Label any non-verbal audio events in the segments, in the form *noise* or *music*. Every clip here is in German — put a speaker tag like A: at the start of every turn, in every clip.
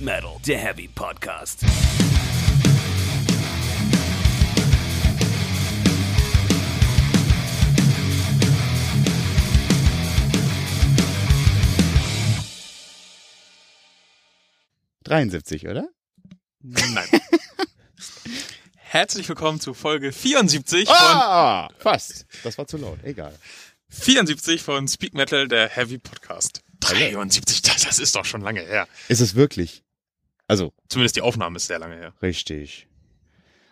A: Metal, der Heavy Podcast.
B: Dreiundsiebzig, oder?
C: Nein. *laughs* Herzlich willkommen zu Folge 74 von
B: Ah, fast. Das war zu laut. Egal.
C: 74 von Speak Metal, der Heavy Podcast. 73, das, das ist doch schon lange her.
B: Ist es wirklich? Also,
C: Zumindest die Aufnahme ist sehr lange her.
B: richtig.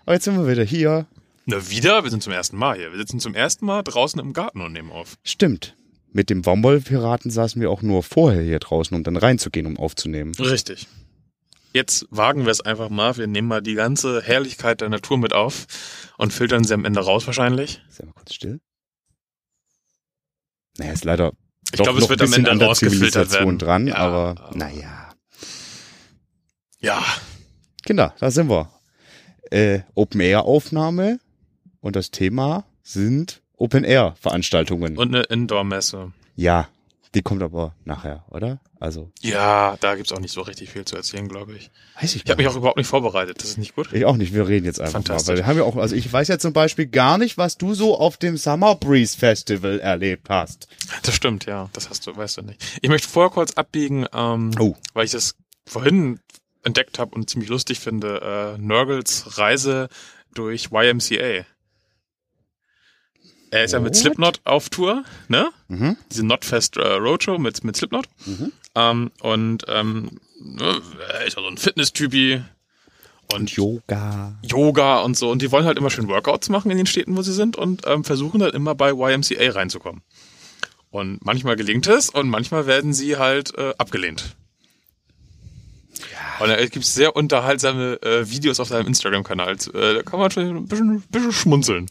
B: Aber jetzt sind wir wieder hier.
C: Na wieder, wir sind zum ersten Mal hier. Wir sitzen zum ersten Mal draußen im Garten und nehmen auf.
B: Stimmt. Mit dem Womboll-Piraten saßen wir auch nur vorher hier draußen, um dann reinzugehen, um aufzunehmen.
C: Richtig. Jetzt wagen wir es einfach mal. Wir nehmen mal die ganze Herrlichkeit der Natur mit auf und filtern sie am Ende raus wahrscheinlich.
B: Sei mal kurz still. Naja, ist leider
C: Ich
B: doch
C: glaube,
B: noch
C: es wird
B: ein
C: am
B: bisschen
C: Ende
B: an der
C: rausgefiltert
B: Zivilisation
C: werden.
B: dran,
C: ja,
B: aber naja.
C: Ja,
B: Kinder, da sind wir. Äh, Open-Air-Aufnahme und das Thema sind Open-Air-Veranstaltungen.
C: und eine Indoor-Messe.
B: Ja, die kommt aber nachher, oder? Also,
C: Ja, da gibt's auch nicht so richtig viel zu erzählen, glaube ich.
B: weiß ich
C: Ich
B: gar
C: habe mich
B: nicht.
C: auch überhaupt nicht vorbereitet. Das ist nicht gut.
B: Ich auch nicht, wir reden jetzt einfach mal.
C: Fantastisch.
B: Weil wir haben ja auch, also ich weiß ja zum Beispiel gar nicht, was du so auf dem Summer Breeze Festival erlebt hast.
C: Das stimmt, ja. Das hast du, weißt du nicht. Ich möchte vorher kurz abbiegen, ähm,
B: Oh.
C: weil ich das vorhin entdeckt habe und ziemlich lustig finde. Äh, Nurgles Reise durch YMCA. Er ist ja mit
B: What?
C: Slipknot auf Tour, ne?
B: Mhm.
C: Diese Notfest äh, Roadshow mit, mit Slipknot.
B: Mhm.
C: Ähm, und ähm, er ist ja so ein Fitness-Typi. Und
B: Yoga.
C: Yoga und so. Und die wollen halt immer schön Workouts machen in den Städten, wo sie sind und ähm, versuchen dann immer bei YMCA reinzukommen. Und manchmal gelingt es und manchmal werden sie halt äh, abgelehnt. Und da gibt es sehr unterhaltsame äh, Videos auf seinem Instagram-Kanal. Äh, da kann man schon ein bisschen, bisschen schmunzeln.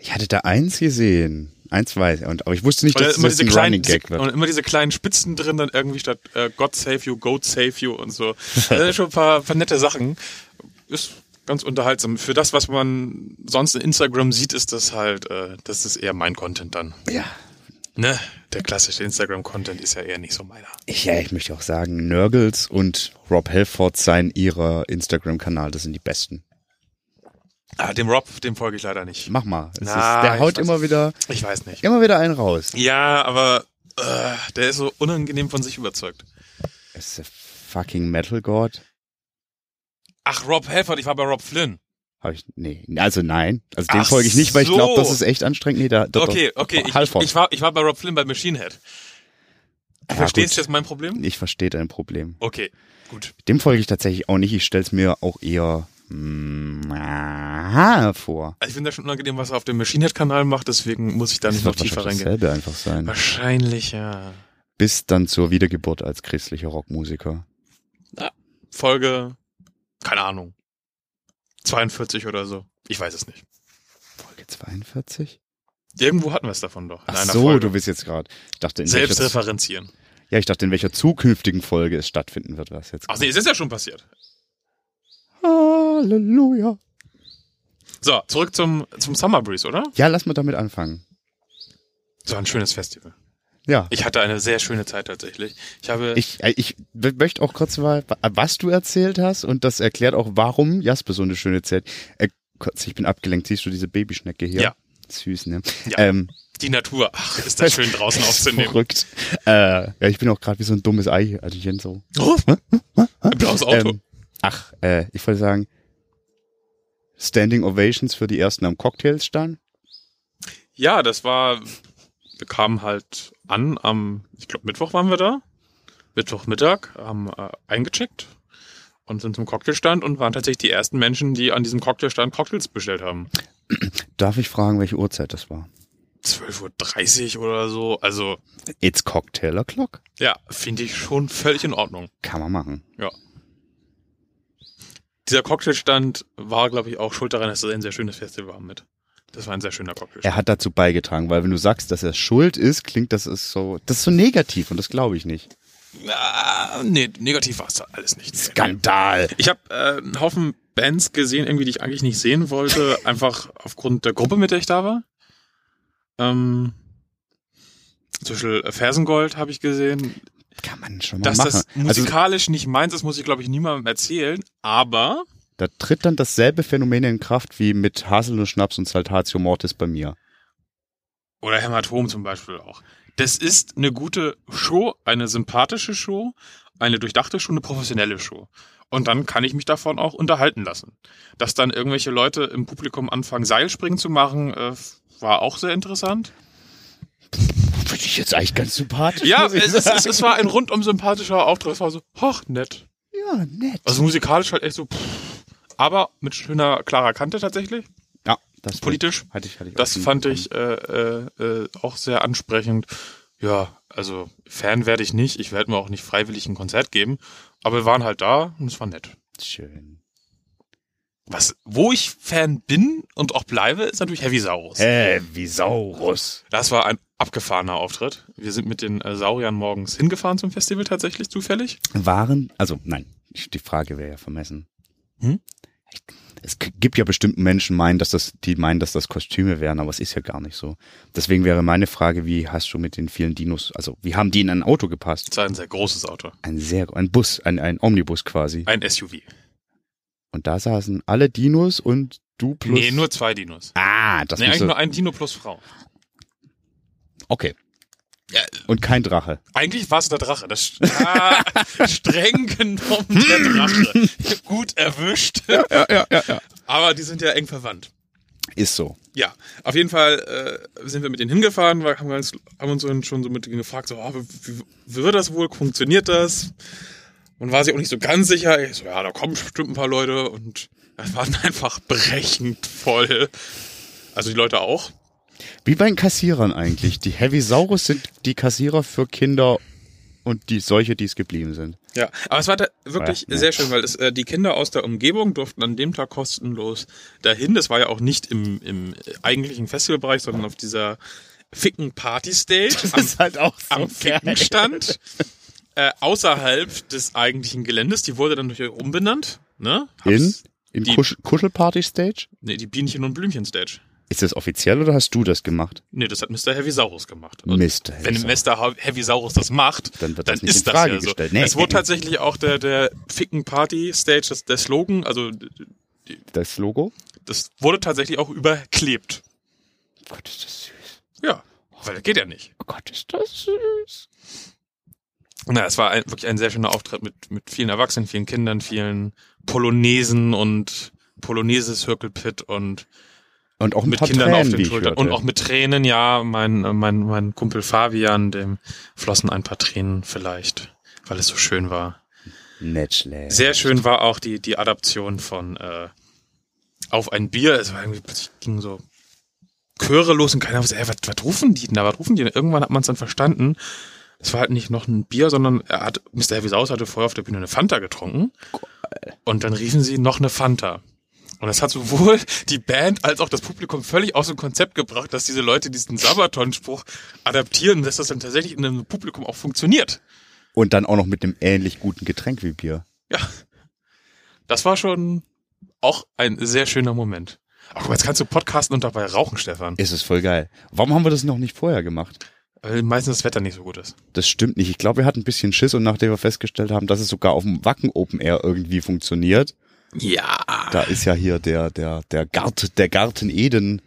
B: Ich hatte da eins gesehen. Eins weiß ich. Und, aber ich wusste nicht,
C: Und dann
B: dass
C: immer
B: das
C: diese,
B: ein
C: kleinen,
B: Running
C: diese,
B: Gag wird.
C: und immer diese kleinen Spitzen drin, dann irgendwie statt äh, God save you, Goat save you und so.
B: *laughs*
C: Das sind schon ein paar, paar nette Sachen. Ist ganz unterhaltsam. Für das, was man sonst in Instagram sieht, ist das halt, äh, das ist eher mein Content dann.
B: Ja.
C: Ne? Der klassische Instagram-Content ist ja eher nicht so meiner.
B: Ich, ja, ich möchte auch sagen, Nurgles und Rob Helford seien ihrer Instagram-Kanal. Das sind die besten.
C: Ah, dem Rob, dem folge ich leider nicht.
B: Mach mal. Es
C: Na,
B: ist, der
C: ich
B: haut
C: weiß-
B: immer wieder,
C: Ich weiß nicht.
B: immer wieder einen raus.
C: Ja, aber äh, der ist so unangenehm von sich überzeugt.
B: Es ist fucking Metal God.
C: Ach, Rob Helford, ich war bei Rob Flynn.
B: Hab ich, nee, also nein. Also dem
C: Ach
B: folge ich nicht, weil ich
C: so.
B: glaube, das ist echt anstrengend. Nee, da, da,
C: Okay,
B: da,
C: okay, ich, ich,
B: Halford.
C: ich, war, ich war bei Rob Flynn bei Machine Head.
B: Ja,
C: Verstehst du
B: gut.
C: jetzt mein Problem?
B: Ich verstehe dein Problem.
C: Okay, gut.
B: Dem folge ich tatsächlich auch nicht. Ich stell's mir auch eher mm, ah, vor.
C: Also ich finde das schon unangenehm, was er auf dem Machine Head Kanal macht, deswegen muss ich da nicht noch
B: wird
C: tiefer
B: wahrscheinlich
C: reingehen.
B: dasselbe einfach sein.
C: Wahrscheinlich, ja.
B: Bis dann zur Wiedergeburt als christlicher Rockmusiker.
C: Folge, keine Ahnung, 42 oder so. Ich weiß es nicht.
B: Folge 42?
C: Irgendwo hatten wir es davon doch. in
B: Ach
C: einer
B: so,
C: Folge.
B: du bist jetzt gerade. Ich dachte, in
C: Selbst
B: welcher,
C: referenzieren.
B: ja, ich dachte, in welcher zukünftigen Folge es stattfinden wird, was jetzt.
C: Ach nee, es ist ja schon passiert.
B: Halleluja.
C: So, zurück zum, zum Summer Breeze, oder?
B: Ja, lass mal damit anfangen.
C: So ein schönes Festival.
B: Ja.
C: Ich hatte eine sehr schöne Zeit tatsächlich. Ich habe
B: Ich, äh, ich w- möchte auch kurz mal, wa- was du erzählt hast, und das erklärt auch, warum Jasper so eine schöne Zeit. Äh, kurz, ich bin abgelenkt. Siehst du diese Babyschnecke hier?
C: Ja.
B: Süß, ne?
C: Ja.
B: Ähm,
C: die Natur. Ach, ist das *laughs* schön
B: *laughs*
C: draußen aufzunehmen.
B: Verrückt. Äh, ja, ich bin auch gerade wie so ein dummes Ei, hier, also ich bin so.
C: Oh, blaues Auto.
B: Ähm, ach, äh, ich wollte sagen, Standing Ovations für die ersten am Cocktailstand.
C: Ja, das war, wir kamen halt an am, ich glaube Mittwoch waren wir da. Mittwochmittag haben äh, eingecheckt und sind zum Cocktailstand und waren tatsächlich die ersten Menschen, die an diesem Cocktailstand Cocktails bestellt haben.
B: Darf ich fragen, welche Uhrzeit das war?
C: 12.30 Uhr oder so. Also
B: It's Cocktail O'Clock.
C: ja, finde ich schon völlig in Ordnung.
B: Kann man machen.
C: Dieser Cocktailstand war, glaube ich, auch schuld daran, dass es ein sehr schönes Festival war mit. Das war ein sehr schöner Cocktailstand.
B: Er hat dazu beigetragen, weil wenn du sagst, dass er schuld ist, klingt das ist so, das ist so negativ und das glaube ich nicht.
C: Ah, nee, negativ war es alles nicht.
B: Skandal.
C: Ich habe äh, einen Haufen Bands gesehen, irgendwie, die ich eigentlich nicht sehen
B: *laughs*
C: wollte, einfach aufgrund der Gruppe, mit der ich da war. Ähm, zum Beispiel äh, Fersengold habe ich gesehen.
B: Kann man schon mal
C: Dass
B: machen.
C: das
B: also
C: musikalisch nicht meins ist, muss ich, glaube ich, niemandem erzählen. Aber
B: da tritt dann dasselbe Phänomen in Kraft wie mit Haselnuss Schnaps und Saltatio Mortis bei mir.
C: Oder Hämatom zum Beispiel auch. Das ist eine gute Show, eine sympathische Show, eine durchdachte Show, eine professionelle Show. Und dann kann ich mich davon auch unterhalten lassen. Dass dann irgendwelche Leute im Publikum anfangen, Seilspringen zu machen, äh, war auch sehr interessant.
B: Finde ich jetzt eigentlich ganz sympathisch.
C: Ja,
B: muss ich
C: es, es,
B: sagen.
C: es, es war ein rundum sympathischer Auftritt. Es war so, hoch, nett.
B: ja, nett.
C: Also musikalisch halt echt so, pff. aber mit schöner, klarer Kante tatsächlich,
B: ja, das
C: politisch.
B: hatte ich, hatte ich auch
C: Das
B: schon
C: fand
B: bekommen.
C: ich äh, äh, äh, auch sehr ansprechend. Ja, also Fan werde ich nicht. Ich werde mir auch nicht freiwillig ein Konzert geben. Aber wir waren halt da und es war nett.
B: schön.
C: Was, wo ich Fan bin und auch bleibe, ist natürlich Heavy Saurus.
B: Hä, wie Saurus.
C: Das war ein abgefahrener Auftritt. Wir sind mit den äh, Sauriern morgens hingefahren zum Festival tatsächlich, zufällig.
B: Waren, also nein, die Frage wäre ja vermessen.
C: Hm?
B: Es k- gibt ja bestimmt Menschen, meinen, dass das, die meinen, dass das Kostüme wären, aber es ist ja gar nicht so. Deswegen wäre meine Frage, wie hast du mit den vielen Dinos, also wie haben die in ein Auto gepasst?
C: Es war ein sehr großes Auto.
B: Ein sehr, ein Bus, ein, ein Omnibus quasi.
C: Ein SUV.
B: Und da saßen alle Dinos und du plus.
C: Nee, nur zwei Dinos.
B: Ah, das
C: nee,
B: nee,
C: eigentlich
B: müsste,
C: nur ein Dino plus Frau.
B: Okay.
C: Ja,
B: Und kein Drache.
C: Eigentlich war es der Drache. Das ah, *laughs* streng genommen der Drache. Gut erwischt. Aber die sind ja eng verwandt.
B: Ist so.
C: Ja, auf jeden Fall äh, sind wir mit denen hingefahren, weil haben, wir uns, haben uns dann schon so mit denen gefragt, so, ah, wie, wie wird das wohl, funktioniert das? Und war sie auch nicht so ganz sicher. Ich so, ja, da kommen bestimmt ein paar Leute und das waren *laughs* einfach brechend voll. Also die Leute auch.
B: Wie bei den Kassierern eigentlich. Die Heavy Saurus sind die Kassierer für Kinder und die solche, die es geblieben sind.
C: Ja, aber es war da wirklich
B: Ja, ne.
C: sehr schön, weil das, äh, die Kinder aus der Umgebung durften an dem Tag kostenlos dahin. Das war ja auch nicht im, im eigentlichen Festivalbereich, sondern auf dieser ficken Partystage
B: *laughs*
C: am,
B: halt auch so
C: am Fickenstand äh, außerhalb des eigentlichen Geländes. Die wurde dann durch umbenannt. Ne?
B: In,
C: Hab's-
B: in
C: die-
B: Kusch Kuschelparty-Stage?
C: Nee, die Bienchen- und Blümchen-Stage.
B: Ist das offiziell oder hast du das gemacht?
C: Nee, das hat Mr. Heavy Saurus gemacht. Also,
B: Mr.
C: Wenn
B: Hesse.
C: Mr. Heavy Saurus das macht,
B: Dann
C: dann,
B: wird das nicht
C: ist
B: in Frage
C: das ja
B: gestellt.
C: so.
B: Nee.
C: es wurde tatsächlich auch der, der Ficken Party Stage, das, der Slogan, also
B: Das Logo?
C: das wurde tatsächlich auch überklebt.
B: Oh Gott, ist das süß.
C: Ja, weil das geht ja nicht.
B: Oh Gott, ist das süß.
C: Na, es war ein, wirklich ein sehr schöner Auftritt mit, mit vielen Erwachsenen, vielen Kindern, vielen Polonesen und Poloneses Hörkelpit und
B: Und auch ein
C: mit
B: paar
C: Kindern
B: Tränen,
C: auf
B: wie
C: den
B: ich
C: Schultern.
B: hörte.
C: Und auch mit Tränen, ja, mein, äh, mein, mein Kumpel Fabian, dem flossen ein paar Tränen vielleicht, weil es so schön war.
B: Nett schlecht.
C: Sehr schön war auch die, die Adaption von äh, Auf ein Bier. Es war irgendwie plötzlich ging so Chöre los und keiner wusste, ey, was, was rufen die denn da? Was rufen die denn? Irgendwann hat man es dann verstanden. Es war halt nicht noch ein Bier, sondern er hat, Mr. Heavy Saus hatte vorher auf der Bühne eine Fanta getrunken. Und dann riefen sie noch eine Fanta. Und das hat sowohl *laughs* die Band als auch das Publikum völlig aus dem Konzept gebracht, dass diese Leute diesen Sabaton-Spruch adaptieren, dass das dann tatsächlich in einem Publikum auch funktioniert.
B: Und dann auch noch mit einem ähnlich guten Getränk wie Bier.
C: Ja. Das war schon auch ein sehr schöner Moment. Ach, guck mal, jetzt kannst du podcasten und dabei rauchen, Stefan.
B: Es ist voll geil. Warum haben wir das noch nicht vorher gemacht?
C: Weil meistens das Wetter nicht so gut ist.
B: Das stimmt nicht. Ich glaube, wir hatten ein bisschen Schiss und nachdem wir festgestellt haben, dass es sogar auf dem Wacken Open Air irgendwie funktioniert,
C: Ja.
B: da ist ja hier der, der, der Garten, der Garten Eden,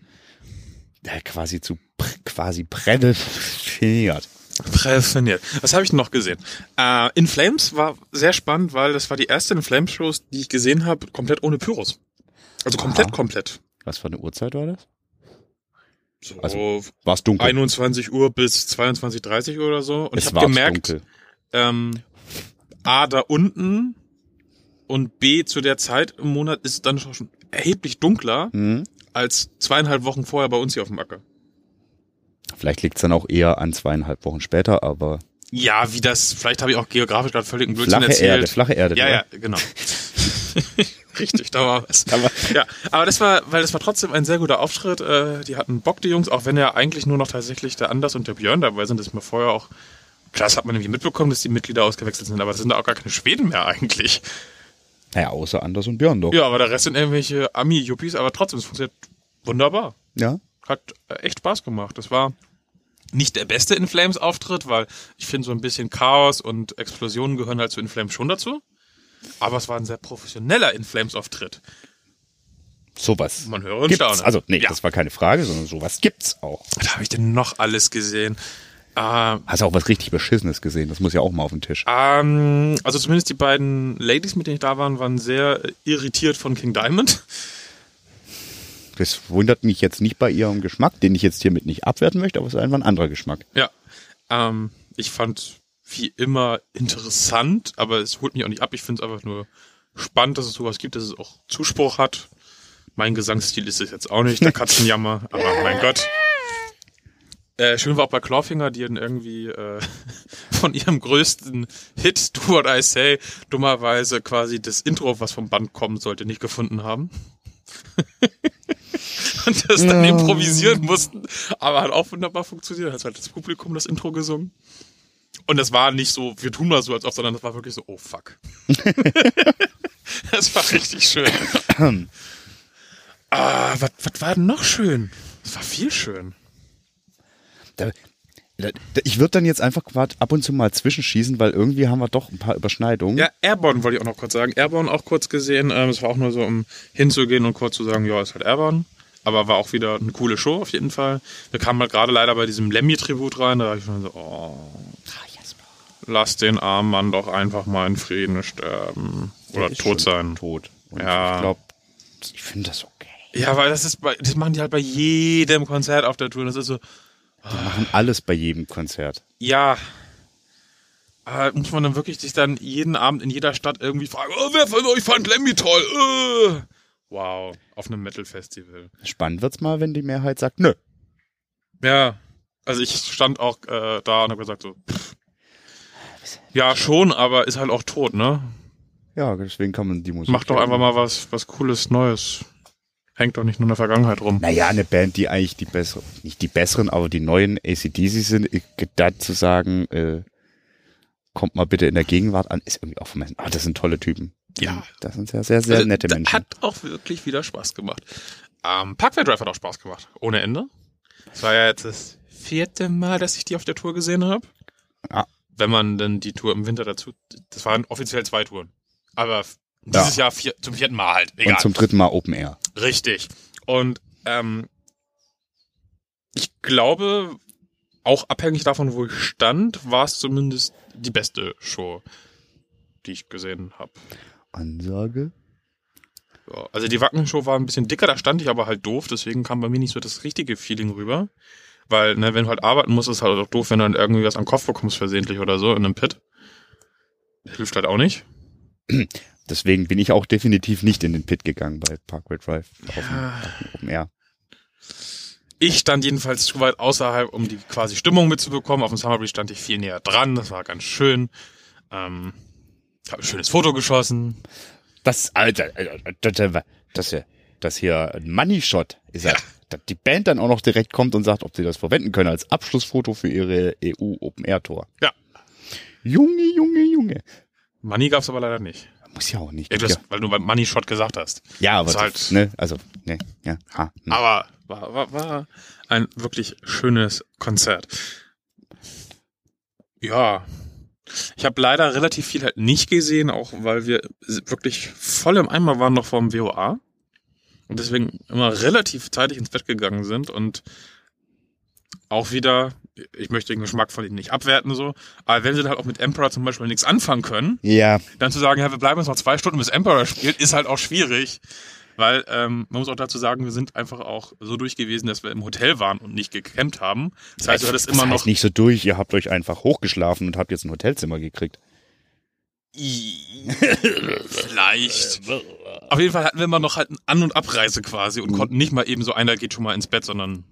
B: der quasi zu, pr- quasi prädestiniert.
C: Präfiniert. Was habe ich denn noch gesehen? Äh, In Flames war sehr spannend, weil das war die erste In Flames-Shows, die ich gesehen habe, komplett ohne Pyros. Also komplett,
B: Aha.
C: komplett.
B: Was für eine Uhrzeit war das?
C: So
B: Also, War es dunkel?
C: 21 Uhr bis 22, 30 Uhr oder so. Und
B: es
C: ich
B: war
C: habe gemerkt,
B: dunkel.
C: ähm, A da unten und B zu der Zeit im Monat ist es dann schon erheblich dunkler
B: Hm?
C: als zweieinhalb Wochen vorher bei uns hier auf dem Acker.
B: Vielleicht liegt es dann auch eher an zweieinhalb Wochen später, aber
C: Ja, wie das, vielleicht habe ich auch geografisch gerade völlig einen Blödsinn
B: flache
C: erzählt.
B: Erde, flache Erde.
C: ja,
B: ne?
C: ja, genau. *laughs* Richtig, da war was.
B: Aber
C: Ja, aber das war, weil das war trotzdem ein sehr guter Auftritt. Äh, die hatten Bock, die Jungs, auch wenn ja eigentlich nur noch tatsächlich der Anders und der Björn dabei sind, das ist mir vorher auch. Klar, das hat man nämlich mitbekommen, dass die Mitglieder ausgewechselt sind, aber das sind da auch gar keine Schweden mehr eigentlich.
B: Naja, außer Anders und Björn doch.
C: Ja, aber der Rest sind irgendwelche Ami-Yuppies, aber trotzdem, es funktioniert wunderbar.
B: ja?
C: Hat äh, echt Spaß gemacht. Das war nicht der beste In Flames Auftritt, weil ich finde so ein bisschen Chaos und Explosionen gehören halt zu In Flames schon dazu. Aber es war ein sehr professioneller In Flames Auftritt.
B: Sowas.
C: Man höre und
B: gibt's.
C: staune.
B: Also, nee,
C: Ja.
B: das war keine Frage, sondern sowas gibt's auch.
C: Was habe ich denn noch alles gesehen? Ähm,
B: Hast auch was richtig Beschissenes gesehen, das muss ja auch mal auf den Tisch.
C: ähm, also zumindest die beiden Ladies, mit denen ich da waren, waren sehr äh, irritiert von King Diamond.
B: Das wundert mich jetzt nicht bei ihrem Geschmack, den ich jetzt hiermit nicht abwerten möchte, aber es ist einfach ein anderer Geschmack.
C: Ja. Ähm, ich fand wie immer interessant, aber es holt mich auch nicht ab. Ich finde es einfach nur spannend, dass es sowas gibt, dass es auch Zuspruch hat. Mein Gesangsstil ist es jetzt auch nicht, der Katzenjammer, aber mein Gott. Äh, schön war auch bei Clawfinger, die dann irgendwie äh, *laughs* von ihrem größten Hit, Do What I Say, dummerweise quasi das Intro, was vom Band kommen sollte, nicht gefunden haben. Und das dann improvisieren mussten. Aber hat auch wunderbar funktioniert. Hat halt das Publikum das Intro gesungen. Und das war nicht so, wir tun mal so als ob, sondern das war wirklich so, oh fuck. das war richtig schön. ah, was was war denn noch schön? Es war viel schön.
B: Da, da, da- ich würde dann jetzt einfach quad- ab und zu mal zwischenschießen, weil irgendwie haben wir doch ein paar Überschneidungen.
C: Ja, Airborne wollte ich auch noch kurz sagen. Airborne auch kurz gesehen. Ähm, es war auch nur so, um hinzugehen und kurz zu sagen, ja, ist halt Airborne. Aber war auch wieder eine coole Show auf jeden Fall. Wir kamen halt gerade leider bei diesem Lemmy-Tribut rein. Da dachte ich mir so, oh, lass den armen Mann doch einfach mal in Frieden sterben. Oder
B: Der ist
C: tot
B: schon
C: sein.
B: Tot. Und
C: Ja.
B: Ich glaube, ich finde das okay.
C: Ja, weil das ist bei, das machen die halt bei jedem Konzert auf der Tour. Das ist so,
B: Wir machen alles bei jedem Konzert.
C: ja. Aber muss man dann wirklich sich dann jeden Abend in jeder Stadt irgendwie fragen, oh, wer von euch fand Lemmy toll? Äh. Wow, auf einem Metal-Festival.
B: Spannend wird's mal, wenn die Mehrheit sagt, nö.
C: Ja, also ich stand auch äh, da und habe gesagt so, pff. ja schon, aber ist halt auch tot, ne?
B: Ja, deswegen kann man die Musik.
C: Macht doch einfach mal was, was Cooles, Neues. Hängt doch nicht nur in der Vergangenheit rum.
B: Naja, eine Band, die eigentlich die besseren, nicht die besseren, aber die neuen ACDC sind, ich- da zu sagen, äh, kommt mal bitte in der Gegenwart an, ist irgendwie auch vermessen. Ah, das sind tolle Typen.
C: Ja.
B: Das sind sehr, sehr, sehr
C: Also,
B: nette
C: da-
B: Menschen.
C: Hat auch wirklich wieder Spaß gemacht. Ähm, Parkway Drive hat auch Spaß gemacht. Ohne Ende. Es war ja jetzt das vierte Mal, dass ich die auf der Tour gesehen habe.
B: Ja.
C: Wenn man dann die Tour im Winter dazu. Das waren offiziell zwei Touren. Aber dieses Jahr vier, zum vierten Mal halt. Egal.
B: Und zum dritten Mal Open Air.
C: Richtig. Und ähm, ich glaube, auch abhängig davon, wo ich stand, war es zumindest die beste Show, die ich gesehen habe.
B: Ansage?
C: Ja, also die Wacken-Show war ein bisschen dicker, da stand ich aber halt doof, deswegen kam bei mir nicht so das richtige Feeling rüber. Weil, ne, wenn du halt arbeiten musst, ist halt auch doof, wenn du dann irgendwie was am Kopf bekommst, versehentlich oder so, in einem Pit. Hilft halt auch nicht.
B: Deswegen bin ich auch definitiv nicht in den Pit gegangen bei Parkway Drive auf dem, auf dem Open Air.
C: Ich stand jedenfalls zu weit außerhalb, um die quasi Stimmung mitzubekommen. Auf dem Summerby stand ich viel näher dran, das war ganz schön. Ähm, habe ein schönes Foto geschossen.
B: Das, Alter, Alter, das, äh, das hier, das hier ein Money Shot ist ja. Dass die Band dann auch noch direkt kommt und sagt, ob sie das verwenden können als Abschlussfoto für ihre EU Open Air Tour.
C: Ja,
B: Junge, Junge, Junge.
C: Money gab's aber leider nicht.
B: Muss ja auch nicht.
C: Ja, du
B: ja,
C: hast- Weil du beim Money Shot gesagt hast.
B: ja, aber
C: ist
B: das,
C: halt-
B: ne, also, ne, ja, ha, hm.
C: Aber war, war, war ein wirklich schönes Konzert. Ja. Ich habe leider relativ viel halt nicht gesehen, auch weil wir wirklich voll im Eimer waren noch vom WOA. Und deswegen immer relativ zeitig ins Bett gegangen sind und auch wieder, ich möchte den Geschmack von ihnen nicht abwerten so, aber wenn sie dann halt auch mit Emperor zum Beispiel nichts anfangen können,
B: Ja,
C: dann zu sagen, ja, wir bleiben jetzt noch zwei Stunden, bis Emperor spielt, ist halt auch schwierig. Weil ähm, man muss auch dazu sagen, wir sind einfach auch so durch gewesen, dass wir im Hotel waren und nicht gecampt haben. Das heißt, du hattest
B: das
C: immer
B: heißt
C: *laughs* noch.
B: halt nicht so durch, ihr habt euch einfach hochgeschlafen und habt jetzt ein Hotelzimmer gekriegt.
C: I- Vielleicht. Auf jeden Fall hatten wir immer noch halt eine An- und Abreise quasi und konnten nicht mal eben so einer geht schon mal ins Bett, sondern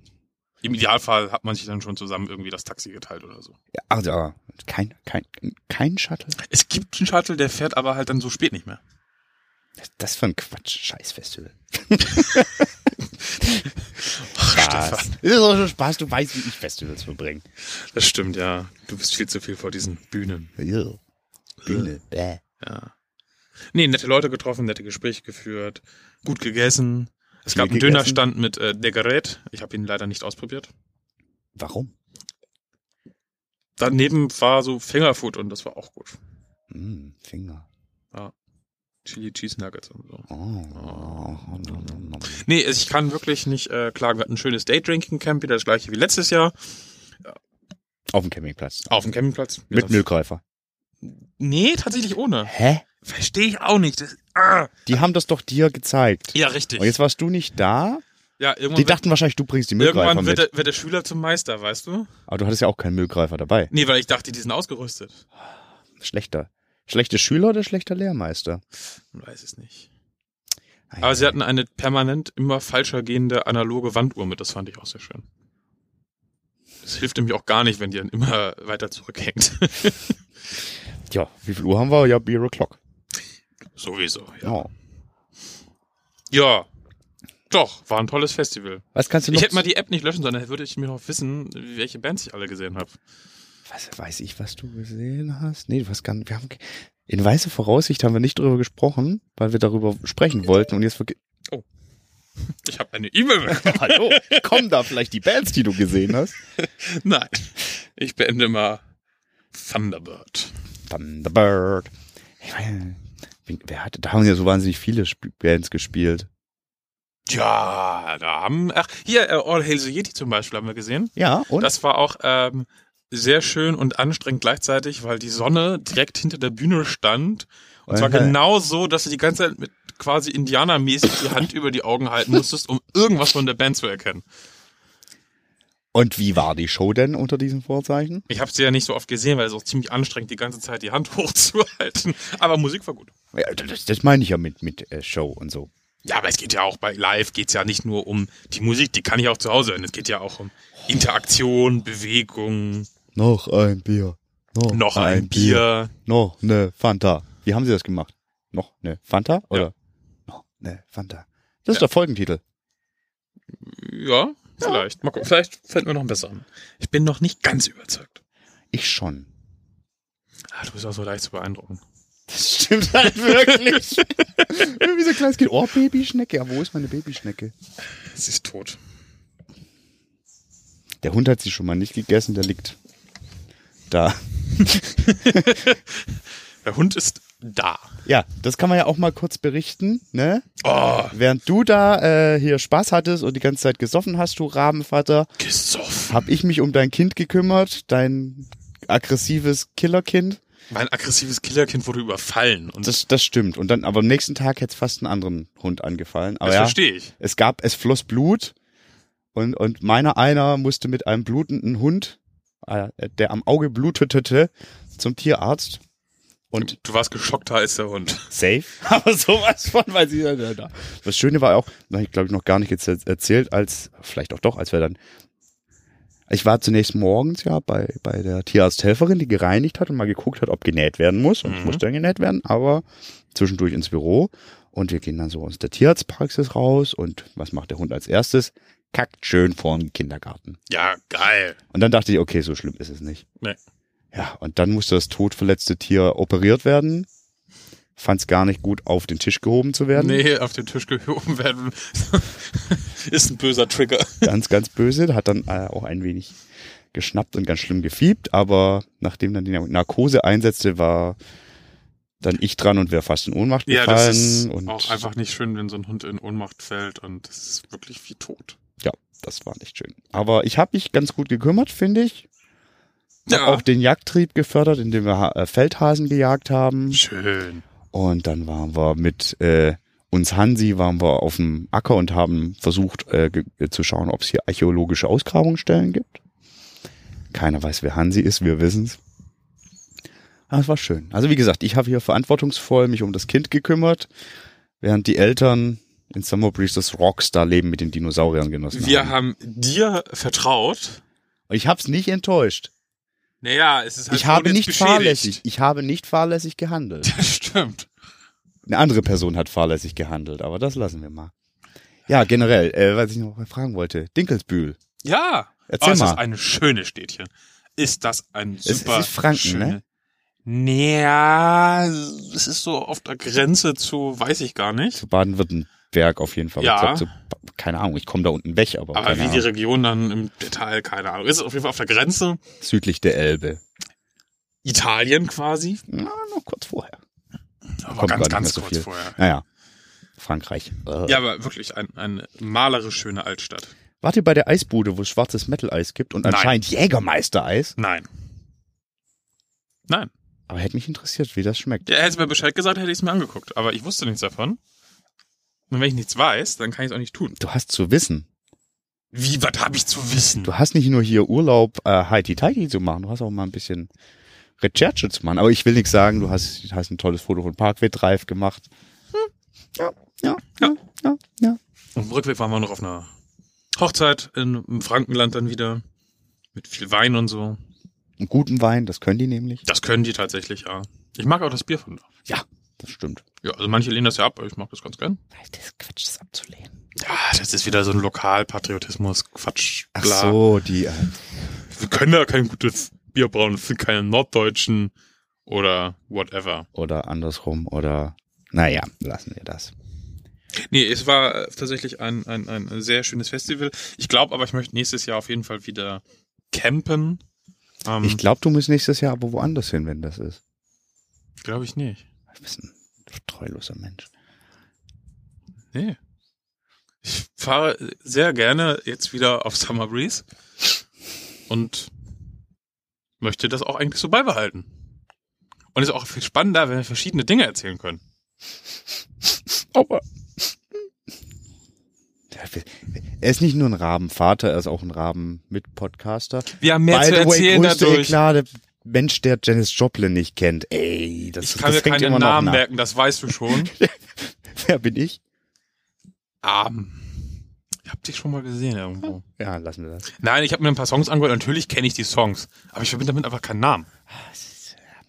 C: im Idealfall hat man sich dann schon zusammen irgendwie das Taxi geteilt oder so.
B: Ja, also, aber kein, kein, kein Shuttle?
C: Es gibt einen Shuttle, der fährt aber halt dann so spät nicht mehr.
B: Das ist für ein Quatsch,
C: *laughs*
B: Scheißfestival.
C: Ach,
B: Spaß. Das ist auch schon Spaß, du weißt, wie ich Festivals verbringe.
C: Das stimmt, ja. Du bist viel zu viel vor diesen Bühnen.
B: Ew. Bühne. Bäh.
C: Nee, nette Leute getroffen, nette Gespräche geführt, gut gegessen. Es
B: Viel
C: gab einen
B: gegessen?
C: Dönerstand mit äh, Degaret. Ich habe ihn leider nicht ausprobiert.
B: Warum?
C: daneben war so Fingerfood und das war auch gut.
B: Mm, Finger.
C: Chili Cheese Nuggets und so.
B: Oh. Nom, nom, nom, nom.
C: Nee, also ich kann wirklich nicht äh, klagen. Wir hatten ein schönes Day-Drinking-Camp, wieder das gleiche wie letztes Jahr.
B: Auf dem Campingplatz.
C: Auf dem Campingplatz.
B: Mit Müllkäufer.
C: Nee, tatsächlich ohne.
B: Hä?
C: Verstehe ich auch nicht. Das, ah.
B: Die haben das doch dir gezeigt.
C: Ja, richtig.
B: Und Oh, jetzt warst du nicht da.
C: ja, irgendwann,
B: Die
C: wird,
B: dachten wahrscheinlich, du bringst die Müllgreifer
C: irgendwann wird,
B: mit.
C: der, wird der Schüler zum Meister, weißt du?
B: Aber du hattest ja auch keinen Müllgreifer dabei.
C: Nee, weil ich dachte, die sind ausgerüstet.
B: Schlechter. Schlechte Schüler oder schlechter Lehrmeister?
C: Man weiß es nicht. Aber sie hatten eine permanent immer falscher gehende analoge Wanduhr mit. Das fand ich auch sehr schön. Das hilft nämlich auch gar nicht, wenn die dann immer weiter zurückhängt. *laughs*
B: Ja, wie viel Uhr haben wir? Ja, Beer O'Clock.
C: Sowieso, ja.
B: Ja.
C: Ja. Doch, war ein tolles Festival.
B: Was kannst du noch?
C: Ich hätte mal die App nicht löschen sollen, dann würde ich mir noch wissen, welche Bands ich alle gesehen habe.
B: was, weiß ich, was du gesehen hast? Nee, du hast gar nicht. Wir haben, ge- in weiße Voraussicht haben wir nicht drüber gesprochen, weil wir darüber sprechen wollten und jetzt verge *laughs*
C: Ich habe eine E-Mail *laughs* bekommen.
B: Hallo, kommen da vielleicht die Bands, die du gesehen hast?
C: Nein. Ich beende mal Thunderbird.
B: Thunderbird. Ich meine, wen- wer hatte, da haben ja so wahnsinnig viele Sp Bands gespielt.
C: Ja, da haben. Ach, hier, äh, All Hail the Yeti zum Beispiel haben wir gesehen.
B: Ja, und?
C: Das war auch ähm, sehr schön und anstrengend gleichzeitig, weil die Sonne direkt hinter der Bühne stand. Und zwar
B: Aha.
C: genau so, dass du die ganze Zeit mit quasi indianermäßig die Hand *laughs* über die Augen halten musstest, um irgendwas von der Band zu erkennen.
B: und wie war die Show denn unter diesen Vorzeichen?
C: Ich habe sie ja nicht so oft gesehen, weil es ist auch ziemlich anstrengend, die ganze Zeit die Hand *laughs* hochzuhalten. Aber Musik war gut.
B: Ja, das, das meine ich ja mit, mit äh, Show und so.
C: Ja, aber es geht ja auch bei Live, geht's ja nicht nur um die Musik, die kann ich auch zu Hause hören. Es geht ja auch um Interaktion, Bewegung,
B: Noch ein Bier.
C: noch ein, Bier.
B: Noch ne Fanta. Wie haben sie das gemacht? Noch ne Fanta? Oder?
C: Ja.
B: Noch ne Fanta. Das ist
C: Ja.
B: der Folgentitel.
C: Ja, vielleicht. Mal gucken. Vielleicht fällt mir noch ein besser an. Ich bin noch nicht ganz überzeugt.
B: Ich schon.
C: Ah, du bist auch so leicht zu beeindrucken.
B: Das stimmt halt wirklich. *laughs* Wie so ein kleines Kind. Oh, Babyschnecke. Ja, wo ist meine Babyschnecke?
C: Sie ist tot.
B: Der Hund hat sie schon mal nicht gegessen, der liegt da.
C: Der Hund ist da.
B: Ja, das kann man ja auch mal kurz berichten, ne?
C: Oh,
B: Während du da äh, hier Spaß hattest und die ganze Zeit gesoffen hast, du Rabenvater,
C: gesoffen.
B: hab ich mich um dein Kind gekümmert, dein aggressives Killerkind.
C: Mein aggressives Killerkind wurde überfallen. Und das,
B: Das, das stimmt. Und dann, aber am nächsten Tag hätte fast einen anderen Hund angefallen. Aber
C: das
B: ja,
C: verstehe ich.
B: es gab, es floss Blut und, und meiner einer musste mit einem blutenden Hund, äh, der am Auge blutete, zum Tierarzt. Und
C: Du warst geschockter als der Hund.
B: safe. *laughs* Aber sowas von, weil sie dann da. Das Schöne war auch, das hab ich glaube ich noch gar nicht jetzt erzählt, als, vielleicht auch doch, als wir dann. Ich war zunächst morgens ja bei, bei der Tierarzthelferin, die gereinigt hat und mal geguckt hat, ob genäht werden muss. Und
C: Mhm.
B: muss dann genäht werden, aber zwischendurch ins Büro. Und wir gehen dann so aus der Tierarztpraxis raus. Und was macht der Hund als erstes? Kackt schön vor den Kindergarten.
C: *laughs* Ja, geil.
B: Und dann dachte ich, okay, so schlimm ist es nicht.
C: Nee.
B: Ja, und dann musste das todverletzte Tier operiert werden. Fand es gar nicht gut, auf den Tisch gehoben zu werden.
C: Nee, auf den Tisch gehoben werden *laughs* ist ein böser Trigger.
B: Ganz, ganz böse. Hat dann äh, auch ein wenig geschnappt und ganz schlimm gefiebt. Aber nachdem dann die Narkose einsetzte, war dann ich dran und wäre fast in Ohnmacht
C: Ja,
B: gefallen.
C: das ist
B: und
C: auch einfach nicht schön, wenn so ein Hund in Ohnmacht fällt und das ist wirklich wie tot.
B: Ja, das war nicht schön. Aber ich habe mich ganz gut gekümmert, finde ich. Hab
C: Ja.
B: auch den Jagdtrieb gefördert, indem wir Ha- äh, Feldhasen gejagt haben.
C: Schön.
B: Und dann waren wir mit äh, uns Hansi, waren wir auf dem Acker und haben versucht äh, ge- äh, zu schauen, ob es hier archäologische Ausgrabungsstellen gibt. Keiner weiß, wer Hansi ist, wir wissen's. Aber es war schön. Also wie gesagt, ich habe hier verantwortungsvoll mich um das Kind gekümmert, während die Eltern in Summer Breeze das Rockstar-Leben mit den Dinosauriern genossen
C: Wir
B: haben.
C: haben dir vertraut.
B: Ich habe es nicht enttäuscht.
C: Naja, es ist halt
B: ich habe
C: wurde
B: nicht
C: jetzt beschädigt.
B: fahrlässig. Ich habe nicht fahrlässig gehandelt.
C: *laughs* Das stimmt.
B: Eine andere Person hat fahrlässig gehandelt, aber das lassen wir mal. Ja, generell, äh, was ich noch fragen wollte. Dinkelsbühl.
C: Ja.
B: Erzähl
C: oh, es
B: mal.
C: ist eine schöne Städtchen. Ist das ein
B: ist
C: super
B: Franken,
C: schöne...
B: ne?
C: Naja, es ist so auf der Grenze zu, weiß ich gar nicht.
B: Zu Baden-Württemberg auf jeden Fall.
C: Ja.
B: Ich glaub, zu, keine Ahnung, ich komme da unten weg, aber,
C: Aber
B: keine
C: wie die
B: Ahnung.
C: Region dann im Detail, keine Ahnung. Ist es auf jeden Fall auf der Grenze.
B: südlich der Elbe.
C: Italien quasi.
B: Na, noch kurz vorher.
C: Aber
B: Kommt
C: ganz,
B: gar nicht mehr
C: ganz
B: so
C: kurz
B: viel.
C: vorher.
B: Naja, Frankreich. Äh.
C: Ja, aber wirklich ein, eine malerisch schöne Altstadt.
B: Wart ihr bei der Eisbude, wo es schwarzes Metal-Eis gibt und
C: Nein.
B: anscheinend Jägermeister-Eis?
C: Nein. Nein.
B: Aber hätte mich interessiert, wie das schmeckt.
C: Der hätte mir Bescheid gesagt, hätte ich es mir angeguckt. Aber ich wusste nichts davon. Und wenn ich nichts weiß, dann kann ich es auch nicht tun.
B: Du hast zu wissen.
C: Wie, was habe ich zu wissen?
B: Du hast nicht nur hier Urlaub, äh, Haiti-Taiki zu machen, du hast auch mal ein bisschen Recherche zu machen. Aber ich will nichts sagen, du hast, hast ein tolles Foto von Parkway Drive gemacht. Hm. Ja, ja, ja, ja,
C: Auf dem Rückweg waren wir noch auf einer Hochzeit in, im Frankenland dann wieder. Mit viel Wein und so.
B: Einen guten Wein, das können die nämlich.
C: Das können die tatsächlich, ja. Ich mag auch das Bier von da.
B: Ja, das stimmt.
C: Ja, also manche lehnen das ja ab, aber ich mag das ganz gern.
B: Das ist Quatsch, das abzulehnen.
C: Ja, das ist wieder so ein Lokalpatriotismus, Quatsch,
B: Ach so, die. Äh,
C: Wir können da kein gutes Bier brauen, das sind keine Norddeutschen oder whatever.
B: oder andersrum, oder. Naja, lassen wir das.
C: Nee, es war äh, tatsächlich ein, ein, ein sehr schönes Festival. Ich glaube aber, ich möchte nächstes Jahr auf jeden Fall wieder campen. Ähm,
B: Ich glaube, du musst nächstes Jahr aber woanders hin, wenn das ist.
C: glaube ich nicht.
B: Du bist ein treuloser Mensch.
C: Nee. Ich fahre sehr gerne jetzt wieder auf Summer Breeze und möchte das auch eigentlich so beibehalten. Und ist auch viel spannender, wenn wir verschiedene Dinge erzählen können.
B: Aber. Er ist nicht nur ein Rabenvater, er ist auch ein Raben-Mit-Podcaster.
C: Wir haben mehr
B: By
C: zu
B: the way,
C: erzählen
B: größte
C: dadurch.
B: Eklate, Mensch, der Janis Joplin nicht kennt. Ey, das,
C: ich
B: ist-
C: kann
B: das
C: mir
B: fängt immer
C: keinen
B: noch
C: Namen
B: nach.
C: merken, das weißt du schon.
B: Wer bin ich?
C: Ähm, ich hab dich schon mal gesehen irgendwo.
B: Ja, lassen wir das.
C: Nein, ich habe mir ein paar Songs angehört. Natürlich kenne ich die Songs, aber ich verbinde damit einfach keinen Namen.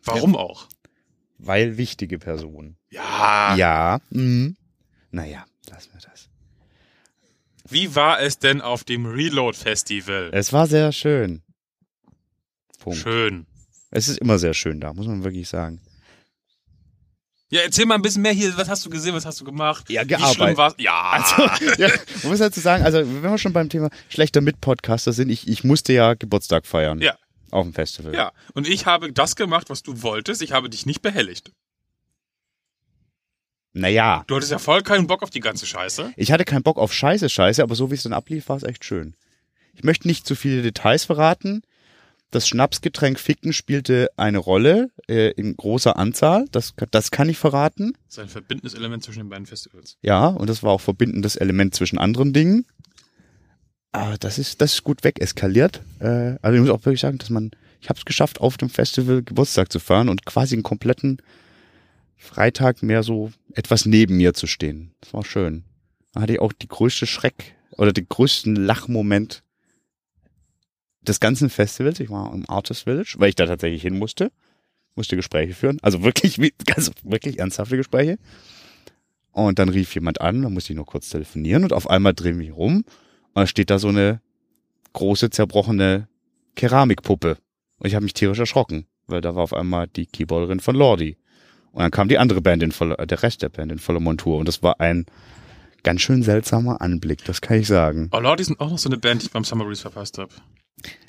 C: Warum auch?
B: Weil wichtige Personen.
C: Ja.
B: Ja. Mhm. Naja, lassen wir das.
C: Wie war es denn auf dem Reload Festival?
B: Es war sehr schön. Punkt.
C: Schön.
B: Es ist immer sehr schön da, muss man wirklich sagen.
C: Ja, erzähl mal ein bisschen mehr hier. Was hast du gesehen? Was hast du gemacht?
B: Ja,
C: Wie schlimm
B: gearbeitet. Also,
C: war's? Ja.
B: *laughs* ja, man muss dazu sagen, also wenn wir schon beim Thema schlechter Mitpodcaster sind, ich, ich musste ja Geburtstag feiern.
C: Ja.
B: Auf dem Festival.
C: ja. Und ich habe das gemacht, was du wolltest. Ich habe dich nicht behelligt.
B: Naja.
C: Du hattest ja voll keinen Bock auf die ganze Scheiße.
B: Ich hatte keinen Bock auf Scheiße, Scheiße, aber so wie es dann ablief, war es echt schön. Ich möchte nicht zu viele Details verraten. Das Schnapsgetränk Ficken spielte eine Rolle äh, in großer Anzahl. Das, das kann ich verraten.
C: Das ist ein verbindendes Element zwischen den beiden Festivals.
B: Ja, und das war auch verbindendes Element zwischen anderen Dingen. Aber das ist, das ist gut wegeskaliert. Äh, also ich muss auch wirklich sagen, dass man, ich habe es geschafft, auf dem Festival Geburtstag zu fahren und quasi einen kompletten Freitag mehr so etwas neben mir zu stehen. Das war schön. Da hatte ich auch die größte Schreck oder den größten Lachmoment des ganzen Festivals. Ich war im Artist Village, weil ich da tatsächlich hin musste. Musste Gespräche führen. Also wirklich, wie- *laughs* ganz, wirklich ernsthafte Gespräche. Und dann rief jemand an, dann musste ich nur kurz telefonieren und auf einmal dreh mich rum und da steht da so eine große zerbrochene Keramikpuppe. Und ich habe mich tierisch erschrocken, weil da war auf einmal die Keyboarderin von Lordi. Und dann kam die andere Band in voller, äh, der Rest der Band in voller Montur und das war ein ganz schön seltsamer Anblick, das kann ich sagen.
C: Oh, Lordi sind auch noch so eine Band, die ich beim Summer Breeze verpasst habe.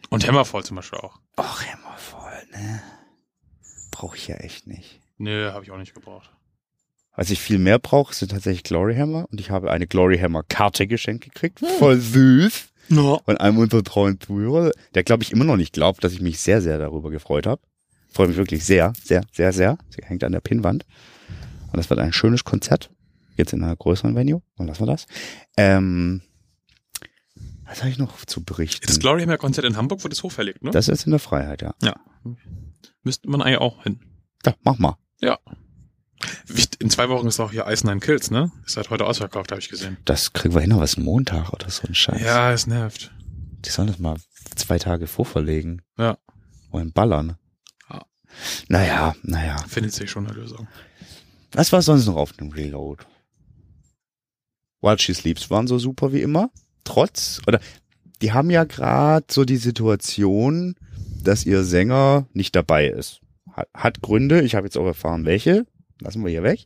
C: Und Hammerfall zum Beispiel auch.
B: Och, immer voll, ne? Brauche ich ja echt nicht.
C: Nö, habe ich auch nicht gebraucht.
B: Was ich viel mehr brauche, sind tatsächlich Glory Hammer und ich habe eine Glory Hammer Karte geschenkt gekriegt. Voll süß.
C: No.
B: Von einem unserer treuen Zuhörer, der glaube ich immer noch nicht glaubt, dass ich mich sehr, sehr darüber gefreut habe. Freue mich wirklich sehr, sehr, sehr, sehr. Sie hängt an der Pinnwand. Und das wird ein schönes Konzert. Jetzt in einer größeren Venue. Und lassen wir das. Ähm, was habe ich noch zu berichten?
C: Das Glory Hammer Konzert in Hamburg wurde es hochverlegt, ne?
B: Hm. das ist in der Freiheit, ja.
C: Müsste man eigentlich auch hin.
B: Da, mach mal.
C: Wicht- In zwei Wochen ist auch hier Eisenheim Kills, ne? Ist halt heute ausverkauft, habe ich gesehen.
B: Das kriegen wir hin, aber es ist ein Montag oder so ein Scheiß.
C: Ja, es nervt.
B: Die sollen das mal zwei Tage vorverlegen.
C: Ja.
B: Wollen ballern.
C: Ja.
B: Naja, naja.
C: Findet sich schon eine Lösung.
B: Was war sonst noch auf dem Reload? While She Sleeps waren so super wie immer. Trotz, oder die haben ja gerade so die Situation, dass ihr Sänger nicht dabei ist. Hat, hat Gründe, ich habe jetzt auch erfahren, welche. Lassen wir hier weg.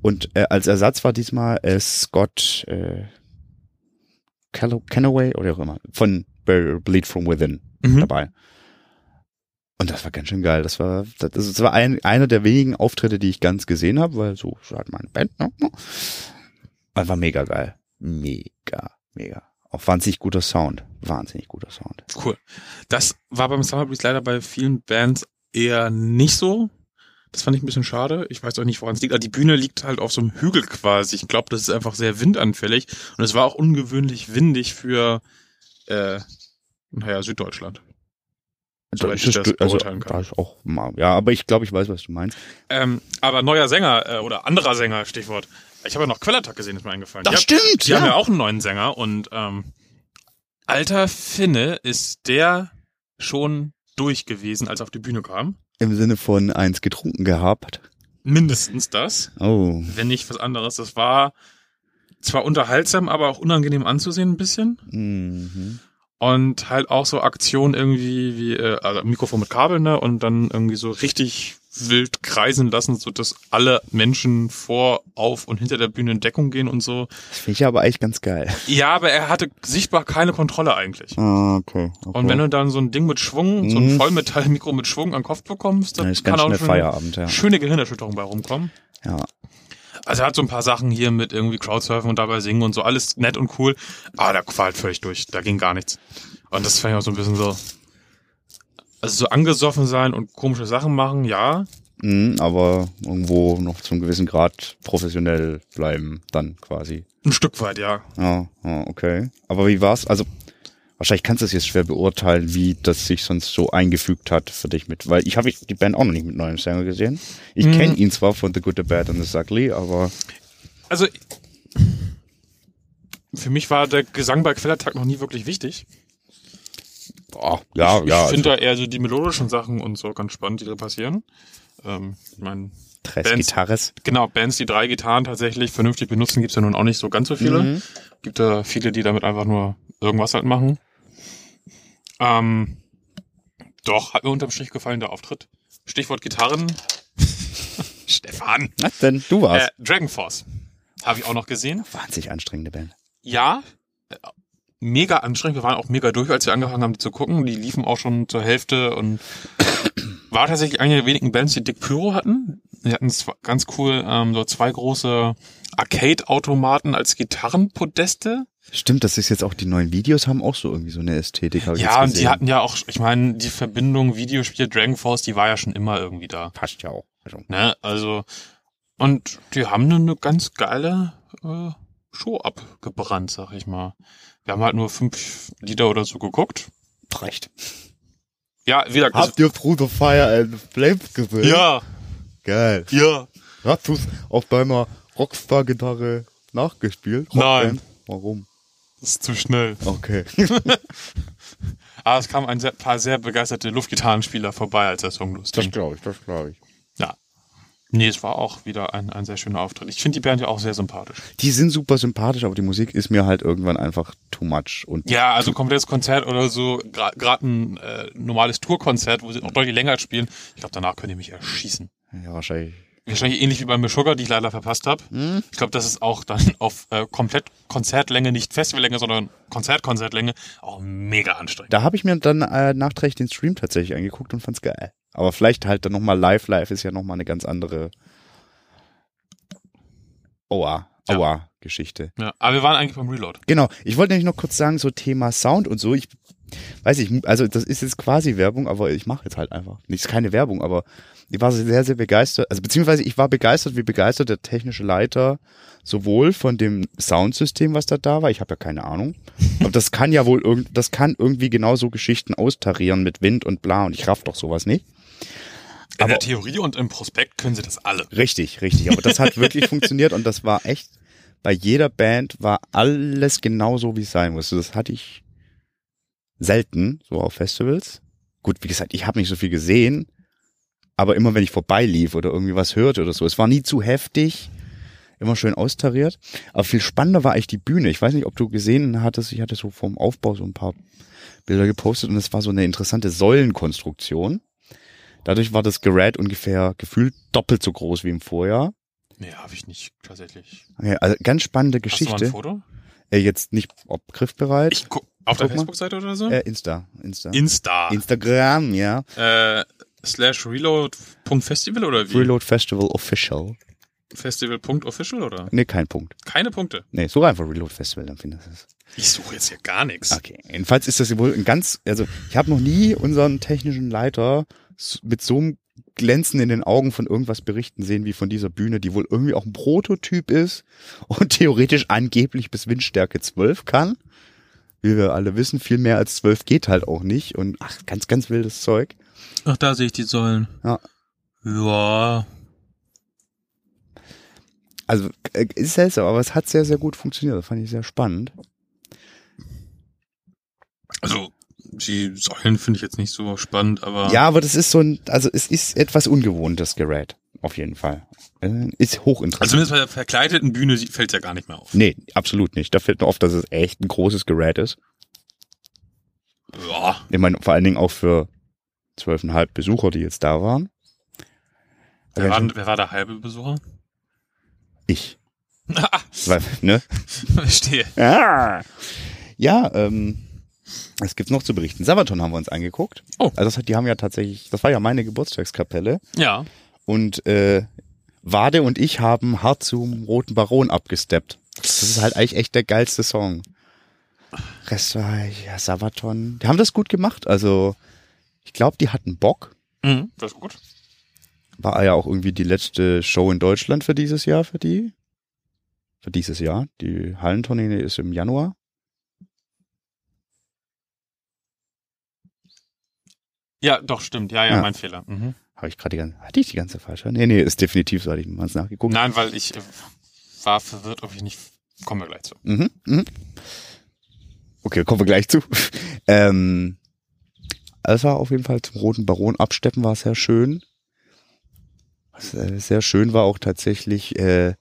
B: Und äh, als Ersatz war diesmal äh, Scott äh, Calloway oder wie auch immer von Bleed From Within
C: Mhm.
B: dabei. Und das war ganz schön geil. Das war, das, das war ein, einer der wenigen Auftritte, die ich ganz gesehen habe, weil so hat meine Band. Ne? Aber war mega geil. Mega, mega. Auch wahnsinnig guter Sound. Wahnsinnig guter Sound.
C: Cool. Das war beim Summer Breeze leider bei vielen Bands eher nicht so. Das fand ich ein bisschen schade. Ich weiß auch nicht, woran es liegt. Aber die Bühne liegt halt auf so einem Hügel quasi. Ich glaube, das ist einfach sehr windanfällig. Und es war auch ungewöhnlich windig für, äh, naja, Süddeutschland. Soweit ich das
B: also,
C: beurteilen kann.
B: da ist auch mal, ja, aber ich glaube, ich weiß, was du meinst.
C: Ähm, aber neuer Sänger äh, oder anderer Sänger, Stichwort. Ich habe ja noch Quellertag gesehen, ist mir eingefallen. Die hab-
B: stimmt,
C: Die haben ja auch einen neuen Sänger und ähm, alter Finne ist der schon durch gewesen, als er auf die Bühne kam.
B: Im Sinne von eins getrunken gehabt.
C: Mindestens das,
B: Oh.
C: wenn nicht was anderes. Das war zwar unterhaltsam, aber auch unangenehm anzusehen ein bisschen.
B: Mhm.
C: Und halt auch so Aktionen irgendwie wie äh, also Mikrofon mit Kabel, ne? Und dann irgendwie so richtig wild kreisen lassen, so dass alle Menschen vor, auf und hinter der Bühne in Deckung gehen und so.
B: Das finde ich aber eigentlich ganz geil.
C: Ja, aber er hatte sichtbar keine Kontrolle eigentlich.
B: Ah, okay. okay.
C: Und wenn du dann so ein Ding mit Schwung, so ein
B: Mhm.
C: Vollmetallmikro mit Schwung an den Kopf bekommst,
B: dann
C: dann
B: ist
C: kann
B: ganz
C: auch
B: schnell
C: schon
B: Feierabend, ja.
C: schöne Gehirnerschütterung bei rumkommen.
B: ja.
C: Also er hat so ein paar Sachen hier mit irgendwie Crowdsurfen und dabei singen und so, alles nett und cool. Aber da war halt völlig durch, da ging gar nichts. Und das fand ich auch so ein bisschen so, also so angesoffen sein und komische Sachen machen, ja.
B: Mhm, aber irgendwo noch zum gewissen Grad professionell bleiben, dann quasi.
C: Ein Stück weit, ja.
B: Ja, ja okay. Aber wie war's? Also, wahrscheinlich kannst du es jetzt schwer beurteilen, wie das sich sonst so eingefügt hat für dich mit, weil ich habe die Band auch noch nicht mit neuem Sänger gesehen.
C: Mhm.
B: Ich kenne ihn zwar von The Good, The Bad and The Ugly, aber
C: Also für mich war der Gesang bei Quellertag noch nie wirklich wichtig.
B: ah, ja,
C: ich
B: ja.
C: finde da eher so die melodischen Sachen und so ganz spannend, die da passieren. Ähm, ich meine,
B: Tres
C: Bands-
B: Gitarres.
C: Genau, Bands, die drei Gitarren tatsächlich vernünftig benutzen, gibt's ja nun auch nicht so ganz so viele. Gibt da viele, die damit einfach nur irgendwas halt machen. Ähm, doch, hat mir unterm Strich gefallen, der Auftritt. Stichwort Gitarren. Stefan.
B: Was denn? Du warst.
C: Äh, Dragon Force. Habe ich auch noch gesehen.
B: Wahnsinnig anstrengende Band.
C: Ja, äh, mega anstrengend. Wir waren auch mega durch, als wir angefangen haben, die zu gucken. Die liefen auch schon zur Hälfte
B: *coughs*
C: und war tatsächlich eine der wenigen Bands, die Dick Pyro hatten. Die hatten zwar ganz cool ähm, so zwei große Arcade-Automaten als Gitarrenpodeste.
B: Stimmt, das ist jetzt auch, die neuen Videos haben auch so irgendwie so eine Ästhetik. hab ich
C: Ja,
B: jetzt
C: und die
B: gesehen.
C: hatten ja auch, ich meine, die Verbindung Videospiel Dragon Force, die war ja schon immer irgendwie da.
B: Passt ja auch. Also,
C: Ne? Also, und die haben dann eine ganz geile äh, Show abgebrannt, sag ich mal. Wir haben halt nur fünf Lieder oder so geguckt.
B: recht.
C: Ja, wieder also,
B: Habt ihr Through the Fire and Flames gesehen?
C: Ja,
B: Geil.
C: ja.
B: Hast du's auf deiner Rockstar-Gitarre nachgespielt?
C: Nein.
B: Rockband? Warum?
C: Das ist zu schnell.
B: Okay.
C: Aber es kamen ein sehr, paar sehr begeisterte Luftgitarrenspieler vorbei, als der Song losging.
B: glaube ich, *laughs* das glaube ich.
C: Ja. Nee, es war auch wieder ein, ein sehr schöner Auftritt. Ich finde die Band ja auch sehr sympathisch.
B: Die sind super sympathisch, aber die Musik ist mir halt irgendwann einfach too much. Und
C: Ja, also komplettes Konzert oder so, gerade ein äh, normales Tourkonzert, wo sie noch deutlich länger spielen. Ich glaube, danach können die mich erschießen.
B: ja, wahrscheinlich.
C: Wahrscheinlich ähnlich wie bei Meshuggah, die ich leider verpasst habe.
B: Hm?
C: Ich glaube, das ist auch dann *laughs* auf äh, komplett Konzertlänge, nicht Festivallänge, sondern Konzert-Konzertlänge, auch mega anstrengend.
B: Da habe ich mir dann äh, nachträglich den Stream tatsächlich angeguckt und fand's geil. Aber vielleicht halt dann nochmal live. Live ist ja nochmal eine ganz andere Oa,
C: Ja.
B: Oa Geschichte.
C: Ja, aber wir waren eigentlich beim Reload.
B: Genau. Ich wollte nämlich noch kurz sagen, so Thema Sound und so. Ich weiß nicht, also das ist jetzt quasi Werbung, aber ich mache jetzt halt einfach. Nicht ist keine Werbung, aber ich war sehr, sehr begeistert. Also beziehungsweise ich war begeistert, wie begeistert der technische Leiter sowohl von dem Soundsystem, was da da war. Ich habe ja keine Ahnung. Aber das kann ja wohl irgend, das kann irgendwie genauso Geschichten austarieren mit Wind und bla. Und ich raff doch sowas nicht.
C: In
B: Aber-
C: der Theorie und im Prospekt können sie das alle.
B: *laughs* Richtig, richtig. Aber das hat wirklich funktioniert und das war echt, bei jeder Band war alles genau so, wie es sein musste. Das hatte ich selten, so auf Festivals. Gut, wie gesagt, ich habe nicht so viel gesehen, aber immer wenn ich vorbeilief oder irgendwie was hörte oder so, es war nie zu heftig, immer schön austariert. Aber viel spannender war eigentlich die Bühne. Ich weiß nicht, ob du gesehen hattest, ich hatte so vom Aufbau so ein paar Bilder gepostet und es war so eine interessante Säulenkonstruktion. Dadurch war das Gerät ungefähr gefühlt doppelt so groß wie im Vorjahr.
C: Nee, habe ich nicht tatsächlich.
B: Okay, also ganz spannende
C: Hast du mal ein
B: Geschichte.
C: Foto?
B: Äh, jetzt nicht ob griffbereit.
C: Ich guck auf der
B: Guck mal.
C: Facebook-Seite oder so?
B: äh, Insta. Insta.
C: Insta.
B: Instagram, ja.
C: äh, slash reload.festival oder wie?
B: Reload Festival Official.
C: Festival.official oder?
B: Ne, kein Punkt.
C: Keine Punkte.
B: Nee, such einfach Reload Festival, dann findest du es.
C: Ich suche jetzt hier gar nichts.
B: Okay. Jedenfalls ist das wohl ein ganz, also ich habe noch nie unseren technischen Leiter s- mit so einem Glänzen in den Augen von irgendwas berichten sehen wie von dieser Bühne, die wohl irgendwie auch ein Prototyp ist und theoretisch angeblich bis Windstärke 12 kann. Wie wir alle wissen, viel mehr als 12 geht halt auch nicht und ach, ganz, ganz wildes Zeug.
C: Ach, da sehe ich die Säulen.
B: Ja.
C: Ja.
B: Also äh, ist seltsam, aber es hat sehr, sehr gut funktioniert. Das fand ich sehr spannend.
C: Also, die Säulen finde ich jetzt nicht so spannend, aber.
B: Ja, aber das ist so ein, also es ist etwas ungewohntes Gerät, auf jeden Fall. Äh, Ist
C: Also
B: hochinteressant.
C: zumindest bei der verkleideten Bühne fällt ja gar nicht mehr auf.
B: nee, absolut nicht. Da fällt mir auf, dass es echt ein großes Gerät ist.
C: Ja.
B: Ich meine, vor allen Dingen auch für zwölfeinhalb Besucher, die jetzt da waren.
C: Wer war, wer war der halbe Besucher? *laughs*
B: ich. Weil, ne? *laughs*
C: Verstehe.
B: Ah. Ja, ähm, es gibt's noch zu berichten. Sabaton haben wir uns angeguckt.
C: Oh.
B: Also das hat, die haben ja tatsächlich, das war ja meine Geburtstagskapelle.
C: Ja.
B: und äh, Wade und ich haben hart zum Roten Baron abgesteppt. Das ist halt eigentlich echt der geilste Song. Rest war ja Sabaton. Die haben das gut gemacht. Also ich glaube, die hatten Bock.
C: Mhm. Das ist gut.
B: War ja auch irgendwie die letzte Show in Deutschland für dieses Jahr für die. Für dieses Jahr. Die Hallentournee ist im Januar.
C: Ja, doch, stimmt. Ja, ja,
B: Ja.
C: mein Fehler. Mhm.
B: Habe ich gerade die ganze, hatte ich die ganze falsche? Nee, nee, ist definitiv, so hatte ich mal nachgeguckt.
C: Nein, weil ich äh, war verwirrt, ob ich nicht. Kommen wir gleich zu.
B: Mhm, mhm. Okay, kommen wir gleich zu. *laughs* Ähm, es war auf jeden Fall zum Roten Baron absteppen, war sehr schön. Was äh, sehr schön war auch tatsächlich äh,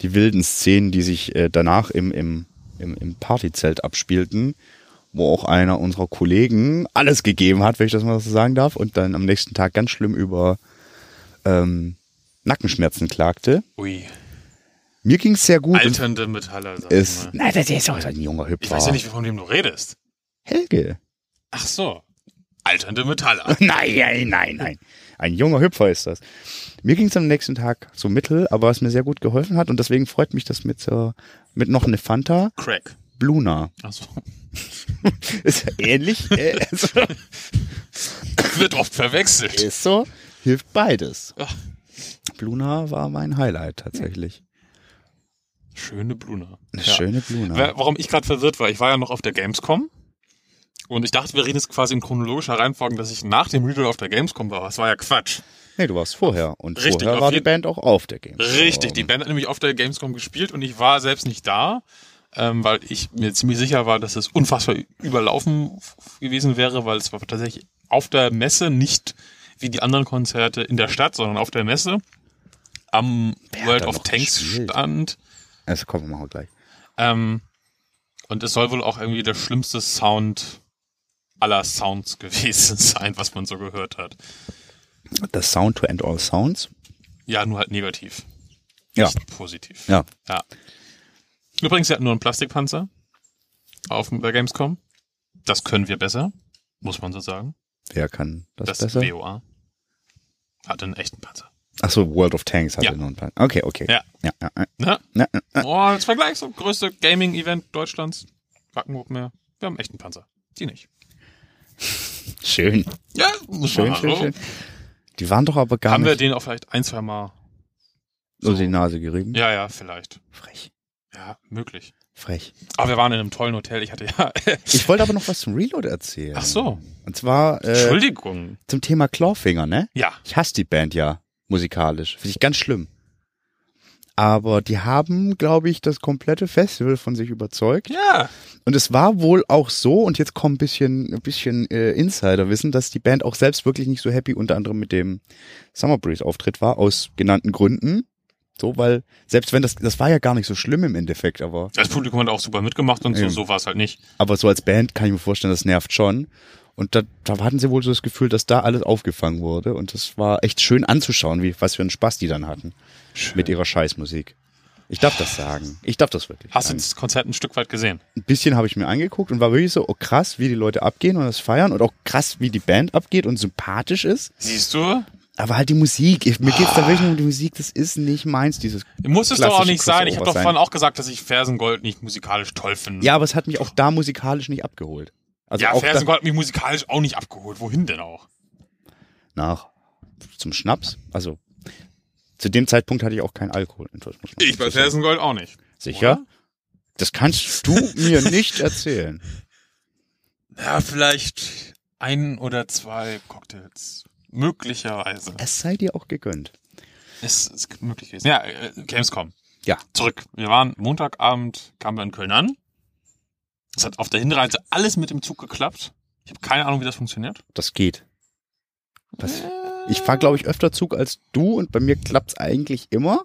B: die wilden Szenen, die sich äh, danach im, im, im, im Partyzelt abspielten, wo auch einer unserer Kollegen alles gegeben hat, wenn ich das mal so sagen darf, und dann am nächsten Tag ganz schlimm über ähm, Nackenschmerzen klagte.
C: Ui.
B: Mir ging's sehr gut. und
C: Alternde Metalle, sag
B: es,
C: ich mal.
B: nein, das ist auch ein junger Hüpfer.
C: Ich weiß ja nicht, von wem du redest.
B: Helge.
C: Ach so. Alternde Metalle.
B: Nein, nein, nein, nein. Ein junger Hüpfer ist das. Mir ging es am nächsten Tag so mittel, aber was mir sehr gut geholfen hat und deswegen freut mich das mit, so, mit noch eine Fanta *laughs*
C: Crack.
B: Bluna.
C: Ach so.
B: Ist ähnlich, äh, also,
C: *laughs* Wird oft verwechselt.
B: ist so, hilft beides.
C: Ach,
B: Bluna war mein Highlight tatsächlich.
C: schöne Bluna.
B: Äh. Eine
C: Ja.
B: schöne Bluna.
C: Wer- Warum ich gerade verwirrt war, ich war ja noch auf der Gamescom und ich dachte, wir reden jetzt quasi in chronologischer Reihenfolge, dass ich nach dem Reload auf der Gamescom war. Das war ja Quatsch.
B: Nee, du warst vorher und
C: Richtig,
B: vorher
C: auf
B: war die
C: jeden-
B: Band auch auf der Game.
C: Richtig,
B: Oh.
C: die Band hat nämlich auf der Gamescom gespielt und ich war selbst nicht da, ähm, weil ich mir ziemlich sicher war, dass es unfassbar überlaufen f- gewesen wäre, weil es war tatsächlich auf der Messe nicht wie die anderen Konzerte in der Stadt, sondern auf der Messe am
B: hat
C: World
B: da
C: of
B: noch
C: Tanks
B: gespielt?
C: stand.
B: Also komm, wir machen wir gleich.
C: Ähm, und es soll wohl auch irgendwie der schlimmste Sound aller Sounds *laughs* gewesen sein, was man so gehört hat.
B: Das Sound to End All Sounds.
C: Ja, nur halt negativ.
B: Ja,
C: Nicht positiv.
B: ja.
C: Ja. Übrigens, sie hatten nur einen Plastikpanzer auf der Gamescom. Das können wir besser, muss man so sagen.
B: Wer kann das,
C: Das
B: besser?
C: BOA hatte einen echten Panzer.
B: Ach so, World of Tanks hatte
C: Ja.
B: noch ein paar. Okay, okay.
C: Ja.
B: Ja, ja, ja.
C: Ne?
B: Ja, ja, ja.
C: Oh, als Vergleich, so größte Gaming-Event Deutschlands. Wackenburg mehr. Wir haben einen echten Panzer. Die nicht.
B: Schön.
C: Ja, muss
B: Schön,
C: man
B: schön,
C: so.
B: schön. Die waren doch aber gar
C: Haben wir
B: nicht
C: den auch vielleicht ein, zwei Mal
B: so die Nase gerieben.
C: Ja, ja, vielleicht.
B: Frech.
C: Ja, möglich.
B: Frech.
C: Aber wir waren in einem tollen Hotel. Ich hatte ja.
B: Ich wollte aber noch was zum Reload erzählen.
C: Ach so.
B: Und zwar äh,
C: Entschuldigung.
B: zum Thema Clawfinger, ne?
C: Ja.
B: Ich hasse die Band ja musikalisch. Finde ich ganz schlimm. Aber die haben, glaube ich, das komplette Festival von sich überzeugt.
C: Ja.
B: Und es war wohl auch so, und jetzt kommt ein bisschen, ein bisschen äh, Insiderwissen, dass die Band auch selbst wirklich nicht so happy unter anderem mit dem Summer Breeze Auftritt war, aus genannten Gründen. So, weil, selbst wenn das, das war ja gar nicht so schlimm im Endeffekt, aber,
C: Das Publikum hat auch super mitgemacht und so,
B: Eben.
C: so war es halt nicht.
B: aber so als Band kann ich mir vorstellen, das nervt schon. Und da, da hatten sie wohl so das Gefühl, dass da alles aufgefangen wurde. Und das war echt schön anzuschauen, wie, was für einen Spaß die dann hatten. Mit ihrer Scheißmusik. Ich darf das sagen. Ich darf das wirklich.
C: Hast du
B: sagen.
C: das Konzert ein Stück weit gesehen?
B: ein bisschen habe ich mir angeguckt und war wirklich so oh, krass, wie die Leute abgehen und das feiern und auch krass, wie die Band abgeht und sympathisch ist.
C: Siehst du?
B: Aber halt die Musik, ich, mir geht's da wirklich nur um die Musik, das ist nicht meins, dieses.
C: Muss es doch auch
B: klassische
C: nicht sein. Ich habe doch
B: Crossover
C: vorhin auch gesagt, dass ich Fersengold nicht musikalisch toll finde.
B: Ja, aber es hat mich auch da musikalisch nicht abgeholt. Also
C: ja
B: auch da,
C: Fersengold hat mich musikalisch auch nicht abgeholt. Wohin denn auch?
B: nach zum Schnaps. Also zu dem Zeitpunkt hatte ich auch keinen Alkohol. Intus, muss man
C: Ich bei
B: dazu sagen.
C: Fersengold auch nicht.
B: Sicher?
C: oder?
B: Das kannst du mir nicht erzählen.
C: Ja, vielleicht ein oder zwei Cocktails. Möglicherweise.
B: Es sei dir auch gegönnt.
C: Es ist möglich gewesen. Ja, äh, Gamescom.
B: Ja.
C: Zurück. Wir waren Montagabend, kamen wir in Köln an. Es hat auf der Hinreise alles mit dem Zug geklappt. Ich habe keine Ahnung, wie das funktioniert. Äh,
B: Das geht. Das, ich fahre, glaube ich, öfter Zug als du und bei mir klappt's eigentlich immer.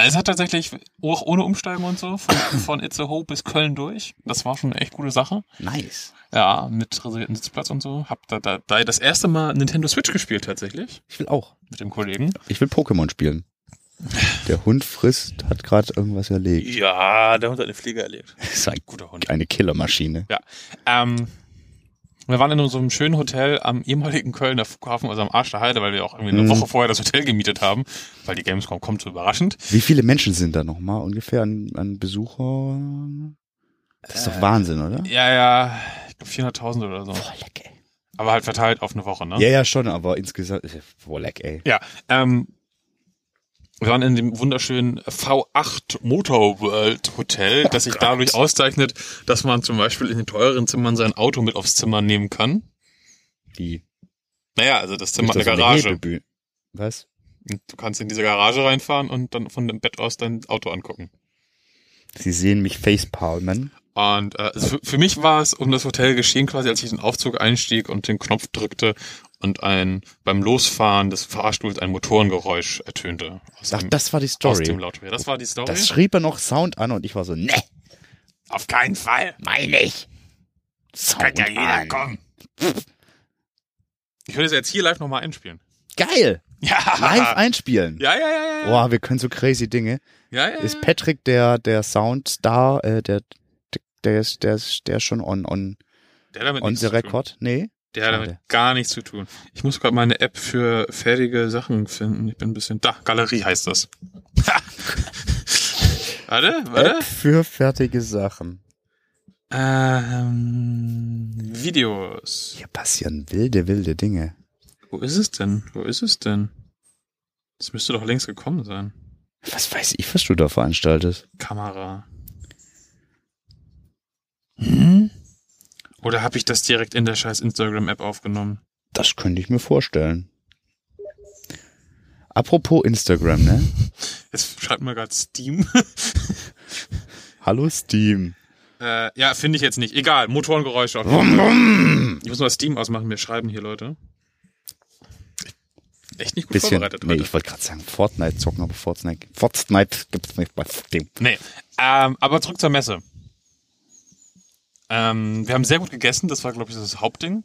C: Es hat tatsächlich auch ohne Umsteigen und so von, von Itzehoe bis Köln durch. Das war schon eine echt gute Sache.
B: Nice.
C: Ja, mit reservierten Sitzplatz und so. Hab da, da, da das erste Mal Nintendo Switch gespielt tatsächlich
B: Ich will auch.
C: mit dem Kollegen.
B: Ich will Pokémon spielen. Der Hund frisst, hat gerade irgendwas erlegt.
C: Ja, der Hund hat eine Fliege erlebt.
B: Das *laughs* ist ein,
C: Guter Hund.
B: eine Killermaschine.
C: Ähm, wir waren in so einem schönen Hotel am ehemaligen Kölner Flughafen, also am Arsch der Heide, weil wir auch irgendwie eine
B: Mhm.
C: Woche vorher das Hotel gemietet haben, weil die Gamescom kommt so überraschend.
B: Wie viele Menschen sind da nochmal ungefähr an, an Besucher? Das ist doch Wahnsinn, oder?
C: Ja, ja, ich glaube 400.000 oder so.
B: Boah, leck, ey.
C: Aber halt verteilt auf eine Woche, ne?
B: Ja, ja, schon, aber insgesamt. äh, Boah, leck, ey.
C: Ja, ähm, wir waren in dem wunderschönen V8 Motor World Hotel,
B: Oh
C: das sich dadurch auszeichnet, dass man zum Beispiel in den teureren Zimmern sein Auto mit aufs Zimmer nehmen kann.
B: Die
C: Naja, also das Zimmer
B: ist
C: hat eine
B: das so
C: Garage.
B: Hebebühne? Was?
C: Und Du kannst in diese Garage reinfahren und dann von dem Bett aus dein Auto angucken.
B: Sie sehen mich facepalmen.
C: Und äh, also für, für mich war es um das Hotel geschehen, quasi als ich in den Aufzug einstieg und den Knopf drückte und ein beim Losfahren des Fahrstuhls ein Motorengeräusch ertönte. Aus
B: Ach,
C: dem,
B: das war die
C: aus dem
B: Story.
C: Lautsprecher. Das war die Story.
B: Das schrieb er noch Sound an und ich war so, ne,
C: Auf keinen Fall.
B: meine ich. Sound
C: Kann ja jeder
B: an.
C: kommen. Ich würde es jetzt hier live nochmal einspielen. *laughs*
B: Geil.
C: Ja.
B: Live einspielen.
C: Ja, ja, ja, ja.
B: Boah, wir können so crazy Dinge.
C: ja, ja,
B: Ist
C: ja.
B: Patrick der, der Soundstar, äh, der, der ist, der ist, der ist schon on, on,
C: Der hat damit
B: on
C: nichts
B: the
C: zu tun.
B: record? Nee?
C: Der hat
B: Schade.
C: damit gar nichts zu tun. Ich muss gerade meine App für fertige Sachen finden. Ich bin ein bisschen. Da, Galerie heißt das. *laughs* warte, warte.
B: App für fertige Sachen.
C: Ähm, Videos.
B: Hier passieren wilde, wilde Dinge.
C: Wo ist es denn? Wo ist es denn? Das müsste doch längst gekommen sein.
B: Was weiß ich, was du da veranstaltest?
C: Kamera. Hm? Oder habe ich das direkt in der scheiß Instagram-App aufgenommen?
B: Das könnte ich mir vorstellen. Apropos Instagram, ne?
C: Jetzt schreibt mir gerade Steam. *laughs*
B: Hallo Steam.
C: äh, ja, finde ich jetzt nicht. Egal, Motorengeräusche. Auf jeden
B: Brumm,
C: Fall.
B: brumm.
C: Ich muss mal Steam ausmachen, mir schreiben hier Leute. Echt nicht gut
B: Bisschen,
C: vorbereitet
B: nee,
C: heute.
B: ich wollte gerade sagen, Fortnite zocken, aber Fortnite, Fortnite gibt's nicht bei Steam.
C: Nee, ähm, aber zurück zur Messe. Ähm, wir haben sehr gut gegessen, das war, glaube ich, das Hauptding.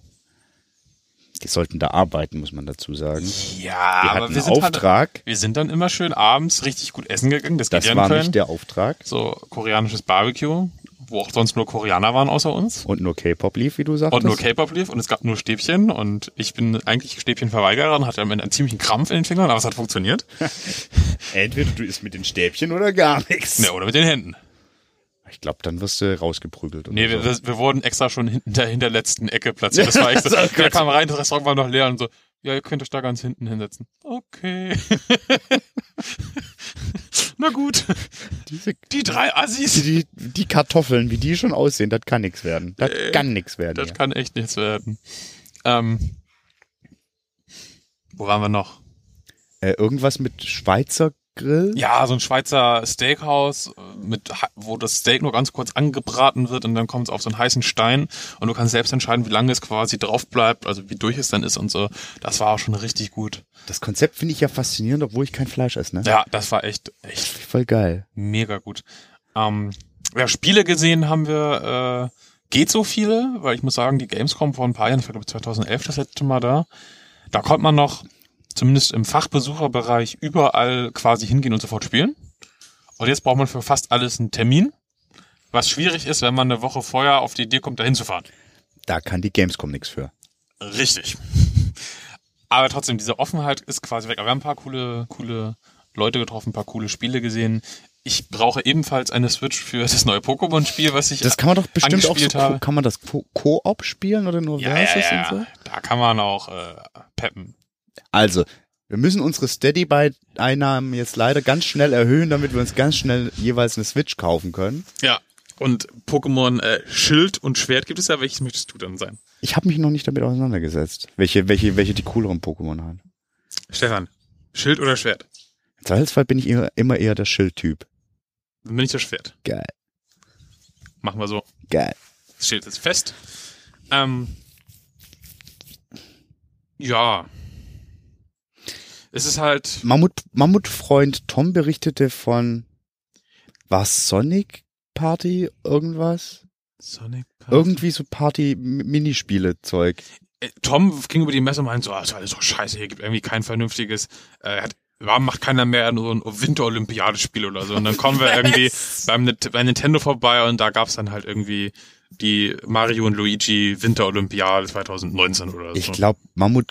B: Die sollten da arbeiten, muss man dazu sagen. Die
C: Ja,
B: hatten einen Auftrag.
C: Halt, wir sind dann immer schön abends richtig gut essen gegangen. Das,
B: das
C: geht ja in
B: war
C: Köln.
B: nicht der Auftrag.
C: so koreanisches Barbecue, wo auch sonst nur Koreaner waren außer uns.
B: Und nur K-Pop lief, wie du sagtest.
C: Und nur K-Pop lief und es gab nur Stäbchen und ich bin eigentlich Stäbchenverweigerer und hatte am Ende einen ziemlichen Krampf in den Fingern, aber es hat funktioniert.
B: Entweder du isst mit den Stäbchen oder gar nichts.
C: Ne, oder mit den Händen.
B: Ich glaube, dann wirst du rausgeprügelt. Oder
C: Nee,
B: so.
C: wir, wir- wir wurden extra schon hinten der hinterletzten Ecke platziert. Das war
B: *laughs*
C: echt so, wir kamen rein, das Restaurant war noch leer und so, ja, ihr könnt euch da ganz hinten hinsetzen. Okay. *laughs* Na gut,
B: Diese,
C: die drei Assis.
B: die, die Kartoffeln, wie die schon aussehen, das kann nichts werden. Das
C: Äh,
B: kann nichts werden.
C: Das
B: Hier.
C: kann echt nichts werden. Ähm, wo waren wir noch?
B: Äh, irgendwas mit Schweizer Grill?
C: Ja, so ein Schweizer Steakhouse, äh, mit, ha- wo das Steak nur ganz kurz angebraten wird und dann kommt es auf so einen heißen Stein und du kannst selbst entscheiden, wie lange es quasi drauf bleibt, also wie durch es dann ist und so. Das war auch schon richtig gut.
B: Das Konzept finde ich ja faszinierend, obwohl ich kein Fleisch esse. Ne?
C: Ja, das war echt, echt
B: Voll geil.
C: mega gut. Ähm, ja, Spiele gesehen haben wir, äh, geht so viele, weil ich muss sagen, die Gamescom vor ein paar Jahren, ich glaube 2011 das letzte Mal da, da konnte man noch zumindest im Fachbesucherbereich überall quasi hingehen und sofort spielen. Und jetzt braucht man für fast alles einen Termin, was schwierig ist, wenn man eine Woche vorher auf die Idee kommt, da hinzufahren.
B: Da kann die Gamescom nichts für.
C: Richtig. Aber trotzdem, diese Offenheit ist quasi weg. Aber wir haben ein paar coole, coole Leute getroffen, ein paar coole Spiele gesehen. Ich brauche ebenfalls eine Switch für das neue Pokémon-Spiel, was ich
B: Das kann man doch bestimmt auch so,
C: angespielt habe.
B: kann man das Ko- Koop spielen oder nur
C: ja, ja,
B: Versus
C: ja.
B: und so?
C: Da kann man auch äh, peppen.
B: Also, wir müssen unsere Steady-Buy-Einnahmen jetzt leider ganz schnell erhöhen, damit wir uns ganz schnell jeweils eine Switch kaufen können.
C: Ja. Und Pokémon äh, Schild und Schwert gibt es ja. Welches möchtest du dann sein?
B: Ich habe mich noch nicht damit auseinandergesetzt, welche, welche, welche die cooleren Pokémon haben.
C: Stefan, Schild oder Schwert?
B: Im Zweifelsfall bin ich eher, immer eher der Schildtyp.
C: Dann bin ich das Schwert.
B: Geil,
C: Machen wir so.
B: geil.
C: Das Schild ist fest. Ähm, ja. Es ist halt.
B: Mammut, Mammutfreund Tom berichtete von, war Sonic Party irgendwas?
C: Sonic
B: Irgendwie so Party-Minispiele-Zeug.
C: Äh, Tom ging über die Messe und meinte so, ah, ist alles doch scheiße, hier gibt irgendwie kein vernünftiges. Äh, hat, warum macht keiner mehr nur ein Winterolympiadespiel oder so? Und dann kommen wir irgendwie beim, Nit- bei Nintendo vorbei und da gab's dann halt irgendwie die Mario und Luigi Winterolympiade 2019 oder so.
B: Ich glaube, Mammut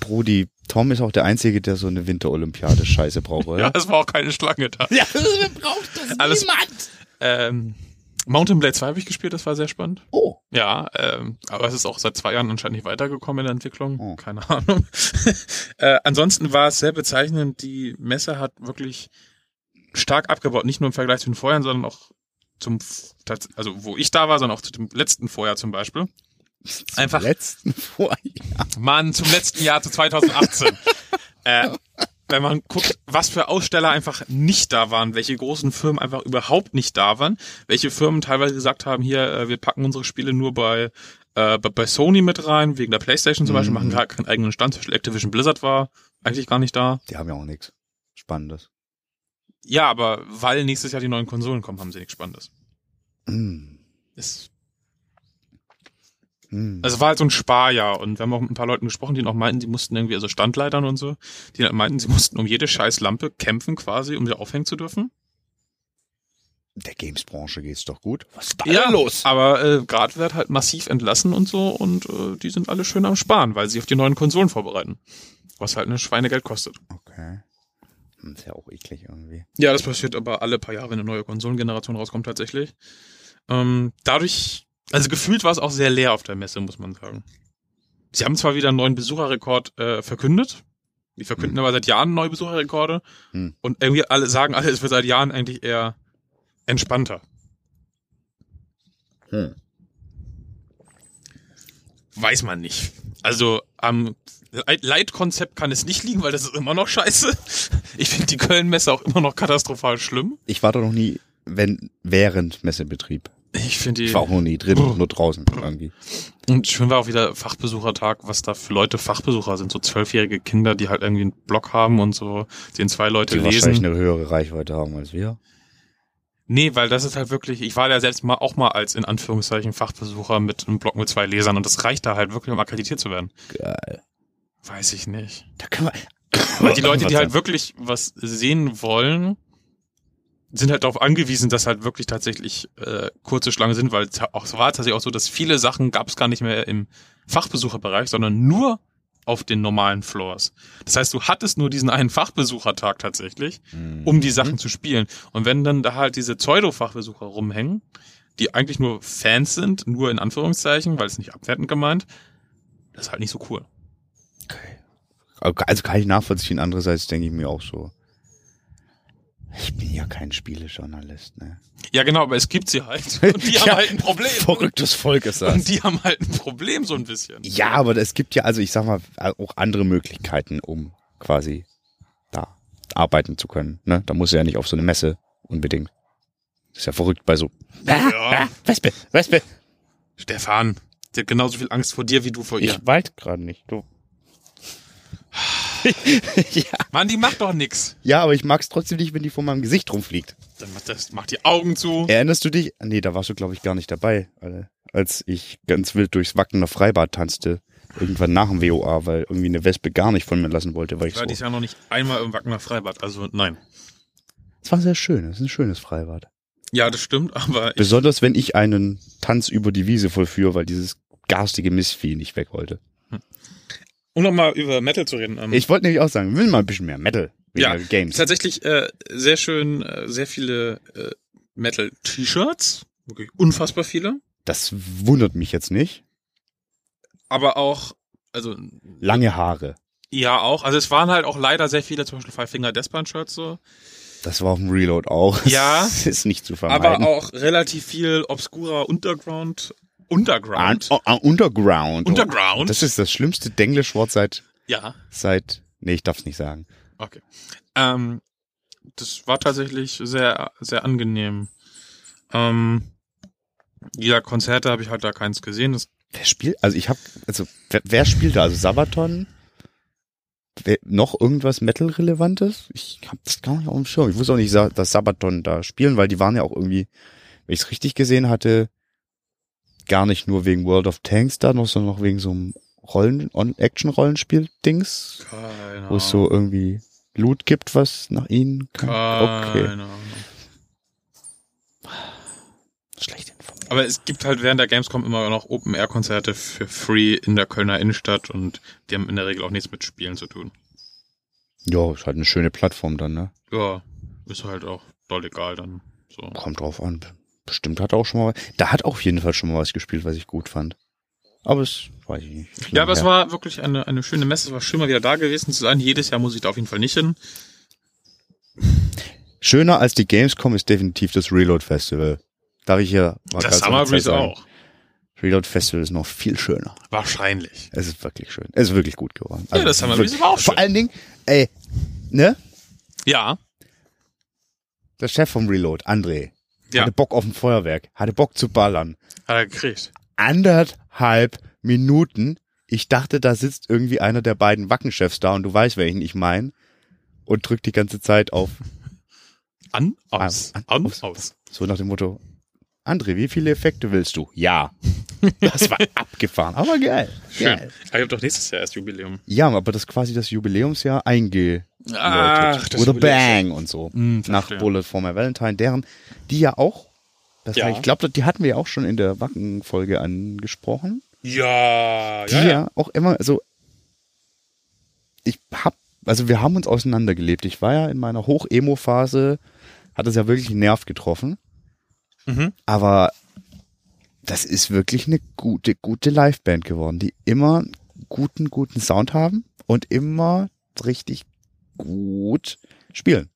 B: Brody Tom ist auch der Einzige, der so eine Winterolympiade Scheiße braucht,
C: ja, *laughs*
B: oder?
C: es war auch keine Schlange da.
B: *laughs* Ja, braucht das
C: Alles-
B: niemand.
C: Ähm, Mountain Blade 2 habe ich gespielt, das war sehr spannend.
B: Oh,
C: Ja, ähm, aber es ist auch seit zwei Jahren anscheinend nicht weitergekommen in der Entwicklung.
B: Oh.
C: Keine Ahnung. *laughs* äh, ansonsten war es sehr bezeichnend, die Messe hat wirklich stark abgebaut, nicht nur im Vergleich zu den Vorjahren, sondern auch zum, F- tats- also wo ich da war, sondern auch zu dem letzten Vorjahr zum Beispiel. Einfach-
B: letzten Vorjahr.
C: Mann, zum letzten Jahr, zu 2018. äh, wenn man guckt, was für Aussteller einfach nicht da waren, welche großen Firmen einfach überhaupt nicht da waren, welche Firmen teilweise gesagt haben, hier, äh, wir packen unsere Spiele nur bei, äh, bei- bei Sony mit rein, wegen der Playstation zum Beispiel, machen gar keinen eigenen Stand, zum Beispiel Activision Blizzard war eigentlich gar nicht da.
B: Die haben ja auch nichts Spannendes.
C: Ja, aber weil nächstes Jahr die neuen Konsolen kommen, haben sie nichts Spannendes.
B: Mm,
C: Ist
B: mm.
C: Also war halt so ein Sparjahr und wir haben auch mit ein paar Leuten gesprochen, die noch meinten, die mussten irgendwie, also Standleitern und so, die dann meinten, sie mussten um jede scheiß Lampe kämpfen quasi, um sie aufhängen zu dürfen.
B: der Games-Branche geht's doch gut. Was ist da
C: Ja,
B: denn los?
C: Aber äh, Grad wird halt massiv entlassen und so und äh, die sind alle schön am Sparen, weil sie sich auf die neuen Konsolen vorbereiten. Was halt eine Schweinegeld kostet.
B: Okay. Hm, Ist ja auch eklig irgendwie.
C: Ja, das passiert aber alle paar Jahre, wenn eine neue Konsolengeneration rauskommt tatsächlich. Ähm, dadurch, also gefühlt war es auch sehr leer auf der Messe, muss man sagen. Sie haben zwar wieder einen neuen Besucherrekord äh, verkündet. Die verkünden aber seit Jahren neue Besucherrekorde.
B: Hm.
C: Und irgendwie alle sagen alle, es wird seit Jahren eigentlich eher entspannter.
B: Hm.
C: Weiß man nicht. Also am Leit- Leitkonzept kann es nicht liegen, weil das ist immer noch scheiße. Ich finde die Köln-Messe auch immer noch katastrophal schlimm.
B: Ich war da noch nie, wenn, während Messebetrieb.
C: Ich finde die.
B: Ich war auch noch nie drin,
C: Brr.
B: nur draußen irgendwie.
C: Und schön war auch wieder Fachbesuchertag, was da für Leute Fachbesucher sind. So zwölfjährige Kinder, die halt irgendwie einen Blog haben und so, den zwei Leute
B: Die wahrscheinlich
C: lesen.
B: eine höhere Reichweite haben als wir.
C: Nee, weil das ist halt wirklich, ich war da selbst mal auch mal als in Anführungszeichen Fachbesucher mit einem Blog mit zwei Lesern und das reicht da halt wirklich, um akkreditiert zu werden.
B: Geil.
C: Weiß ich nicht.
B: Da kann man.
C: Weil die Leute,
B: Was
C: die halt
B: denn?
C: wirklich was sehen wollen, sind halt darauf angewiesen, dass halt wirklich tatsächlich äh, kurze Schlangen sind, weil es ja auch, es war tatsächlich auch so, dass viele Sachen gab es gar nicht mehr im Fachbesucherbereich, sondern nur auf den normalen Floors. Das heißt, du hattest nur diesen einen Fachbesuchertag tatsächlich,
B: Hm.
C: um die Sachen zu spielen. Und wenn dann da halt diese Pseudo-Fachbesucher rumhängen, die eigentlich nur Fans sind, nur in Anführungszeichen, weil es nicht abwertend gemeint, das ist halt nicht so cool.
B: Okay. Also kann ich nachvollziehen. Andererseits denke ich mir auch so. Ich bin ja kein Spielejournalist,
C: *laughs*
B: ne?
C: Ja, genau, aber es gibt sie halt. *laughs* Und die haben
B: Ja.
C: halt ein Problem.
B: Verrücktes Volk ist
C: Und die haben halt ein Problem so ein bisschen.
B: Ja, aber es gibt ja, also ich sag mal, auch andere Möglichkeiten, um quasi da arbeiten zu können. Ne? Da muss ja nicht auf so eine Messe unbedingt. Das ist ja verrückt bei so.
C: Ja.
B: Wespe, Wespe.
C: Stefan, die hat genauso viel Angst vor dir wie du vor ihr.
B: Ich weiß gerade nicht. Du. ja.
C: Mann, die macht doch nix.
B: ja, aber ich mag es trotzdem nicht, wenn die vor meinem Gesicht rumfliegt.
C: Dann macht, das, macht die Augen zu.
B: Erinnerst du dich? Nee, da warst du, glaube ich, gar nicht dabei, Alter. als ich ganz wild durchs Wackener Freibad tanzte. Irgendwann nach dem WOA, weil irgendwie eine Wespe gar nicht von mir lassen wollte, weil ich
C: Ich war
B: so
C: dieses Jahr noch nicht einmal im Wackener Freibad, also nein.
B: Es war sehr schön, es ist ein schönes Freibad.
C: Ja, das stimmt, aber ich,
B: Besonders wenn ich einen Tanz über die Wiese vollführe, weil dieses garstige Mistvieh nicht weg wollte.
C: um nochmal über Metal zu reden. Ähm,
B: Ich wollte nämlich auch sagen, wir will mal ein bisschen mehr Metal, weniger Games.
C: tatsächlich äh, sehr schön, äh, sehr viele äh, Metal-T-Shirts, wirklich unfassbar viele,
B: Das wundert mich jetzt nicht.
C: aber auch, also
B: Lange Haare.
C: ja auch, also es waren halt auch leider sehr viele, zum Beispiel Five Finger Death Punch Shirts so,
B: Das war auf dem Reload auch.
C: Ja.
B: *laughs* Das ist nicht zu vermeiden.
C: aber auch relativ viel obskurer Underground,
B: An,
C: Underground,
B: oh, ah, Underground.
C: Underground,
B: Das ist das schlimmste Denglischwort seit,
C: ja,
B: seit, nee, ich darf's nicht sagen.
C: okay. Ähm, das war tatsächlich sehr, sehr angenehm. Ähm, ja, Konzerte habe ich halt da keins gesehen, das
B: Wer spielt, also ich habe, also wer, wer spielt da? Also Sabaton? Wer, noch irgendwas Metal-Relevantes? Ich habe das gar nicht auf dem Schirm. Ich wusste auch nicht, sa- dass Sabaton da spielen, weil die waren ja auch irgendwie, wenn ich's richtig gesehen hatte, gar nicht nur wegen World of Tanks da noch, sondern auch wegen so einem Rollen, On- Action-Rollenspiel-Dings,
C: Keine
B: wo es so irgendwie Loot gibt, was nach ihnen kam.
C: Keine
B: Okay.
C: Ahnung.
B: Schlecht informiert.
C: Aber es gibt halt während der Gamescom immer noch Open-Air-Konzerte für free in der Kölner Innenstadt und die haben in der Regel auch nichts mit Spielen zu tun.
B: Ja, ist halt eine schöne Plattform dann, ne?
C: Ja, ist halt auch doll egal dann. So.
B: Kommt drauf an. Bestimmt hat er auch schon mal. Da hat auch jedenfalls schon mal was gespielt, was ich gut fand. Aber es weiß ich nicht. Ist
C: Ja, aber es
B: lange her.
C: war wirklich eine, eine schöne Messe. Es war schön mal wieder da gewesen zu sein. Jedes Jahr muss ich da auf jeden Fall nicht hin.
B: Schöner als die Gamescom ist definitiv das Reload Festival. Darf ich hier mal
C: das
B: ganz
C: Summer
B: offiziell
C: Breeze
B: sagen,
C: auch.
B: Reload Festival ist noch viel schöner.
C: Wahrscheinlich.
B: Es ist wirklich schön. Es ist wirklich gut geworden. Also
C: Ja, das Summer Breeze
B: wirklich-
C: war auch schön.
B: Vor allen Dingen, ey, ne?
C: Ja,
B: Der Chef vom Reload, André,
C: Ja.
B: hatte Bock auf ein Feuerwerk, hatte Bock zu ballern.
C: hat er gekriegt.
B: anderthalb Minuten. Ich dachte, da sitzt irgendwie einer der beiden Wackenchefs da und du weißt, welchen ich meine. Und drückt die ganze Zeit auf.
C: An, aus,
B: An,
C: an,
B: an, aus.
C: aus. aus.
B: So nach dem Motto, André, wie viele Effekte willst du? Ja. Das
C: *laughs*
B: war abgefahren, aber geil.
C: Schön.
B: geil.
C: Aber ich habe doch nächstes Jahr erst Jubiläum.
B: Ja, aber das ist quasi das Jubiläumsjahr eingeläutet.
C: Ach, das
B: With a
C: Jubiläumsjahr.
B: Bang und so.
C: Mm,
B: nach
C: verstehe.
B: Bullet for My Valentine, deren, die ja auch, das
C: Ja.
B: ich glaube, die hatten wir ja auch schon in der Wacken-Folge angesprochen.
C: Ja,
B: die
C: ja,
B: ja,
C: ja.
B: auch immer, also ich hab, also wir haben uns auseinandergelebt. Ich war ja in meiner Hoch-Emo-Phase, hat es ja wirklich einen Nerv getroffen.
C: Mhm.
B: Aber das ist wirklich eine gute, gute Liveband geworden, die immer guten, guten Sound haben und immer richtig gut spielen.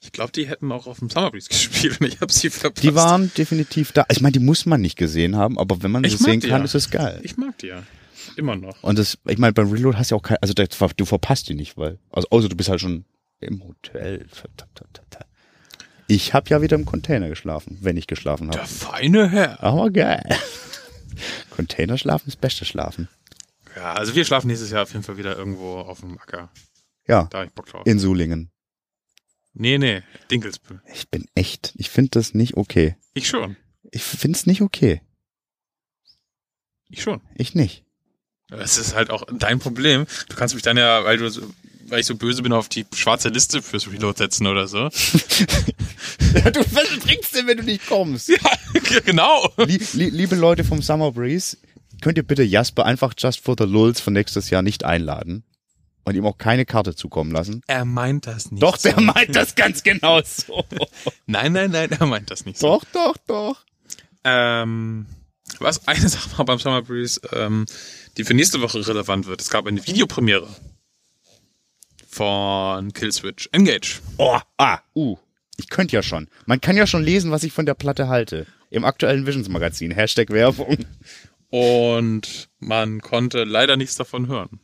C: Ich glaube, die hätten auch auf dem Summer Breeze *laughs* gespielt und ich habe sie verpasst.
B: Die waren definitiv da. Ich meine, die muss man nicht gesehen haben, aber wenn man sie
C: Ich mag
B: sehen
C: die
B: kann,
C: ja.
B: ist es geil.
C: Ich mag die ja. Immer noch.
B: Und das, ich meine, beim Reload hast du ja auch kein, also das, du verpasst die nicht, weil, also außer du bist halt schon im Hotel. Ich habe ja wieder im Container geschlafen, wenn ich geschlafen habe.
C: feine Herr.
B: Aber geil. *laughs* Container schlafen ist beste Schlafen.
C: Ja, also wir schlafen nächstes Jahr auf jeden Fall wieder irgendwo auf dem Acker.
B: Ja,
C: Da hab ich Bock drauf.
B: in Sulingen.
C: nee, nee, Dinkelsbühl.
B: Ich bin echt, ich finde das nicht okay.
C: Ich schon.
B: Ich finde es nicht okay.
C: Ich schon.
B: Ich nicht. *laughs*
C: Das ist halt auch dein Problem. Du kannst mich dann ja, weil du so, weil ich so böse bin, auf die schwarze Liste fürs Reload setzen oder *laughs* so.
B: du trinkst denn, wenn du nicht kommst?
C: Ja, genau.
B: Lie- lie- liebe Leute vom Summer Breeze, könnt ihr bitte Jasper einfach just for the lulz von nächstes Jahr nicht einladen und ihm auch keine Karte zukommen lassen?
C: Er meint das nicht.
B: Doch, der meint das ganz genau so.
C: Nein, nein, nein, er meint das nicht.
B: doch, doch, doch.
C: Ähm, was eine *laughs* Sache war beim Summer Breeze, ähm, die für nächste Woche relevant wird. Es gab eine Videopremiere von Killswitch Engage.
B: Oh, ah, uh. Ich könnte ja schon. Man kann ja schon lesen, was ich von der Platte halte. Im aktuellen Visions Magazin. Hashtag Werbung.
C: Und man konnte leider nichts davon hören.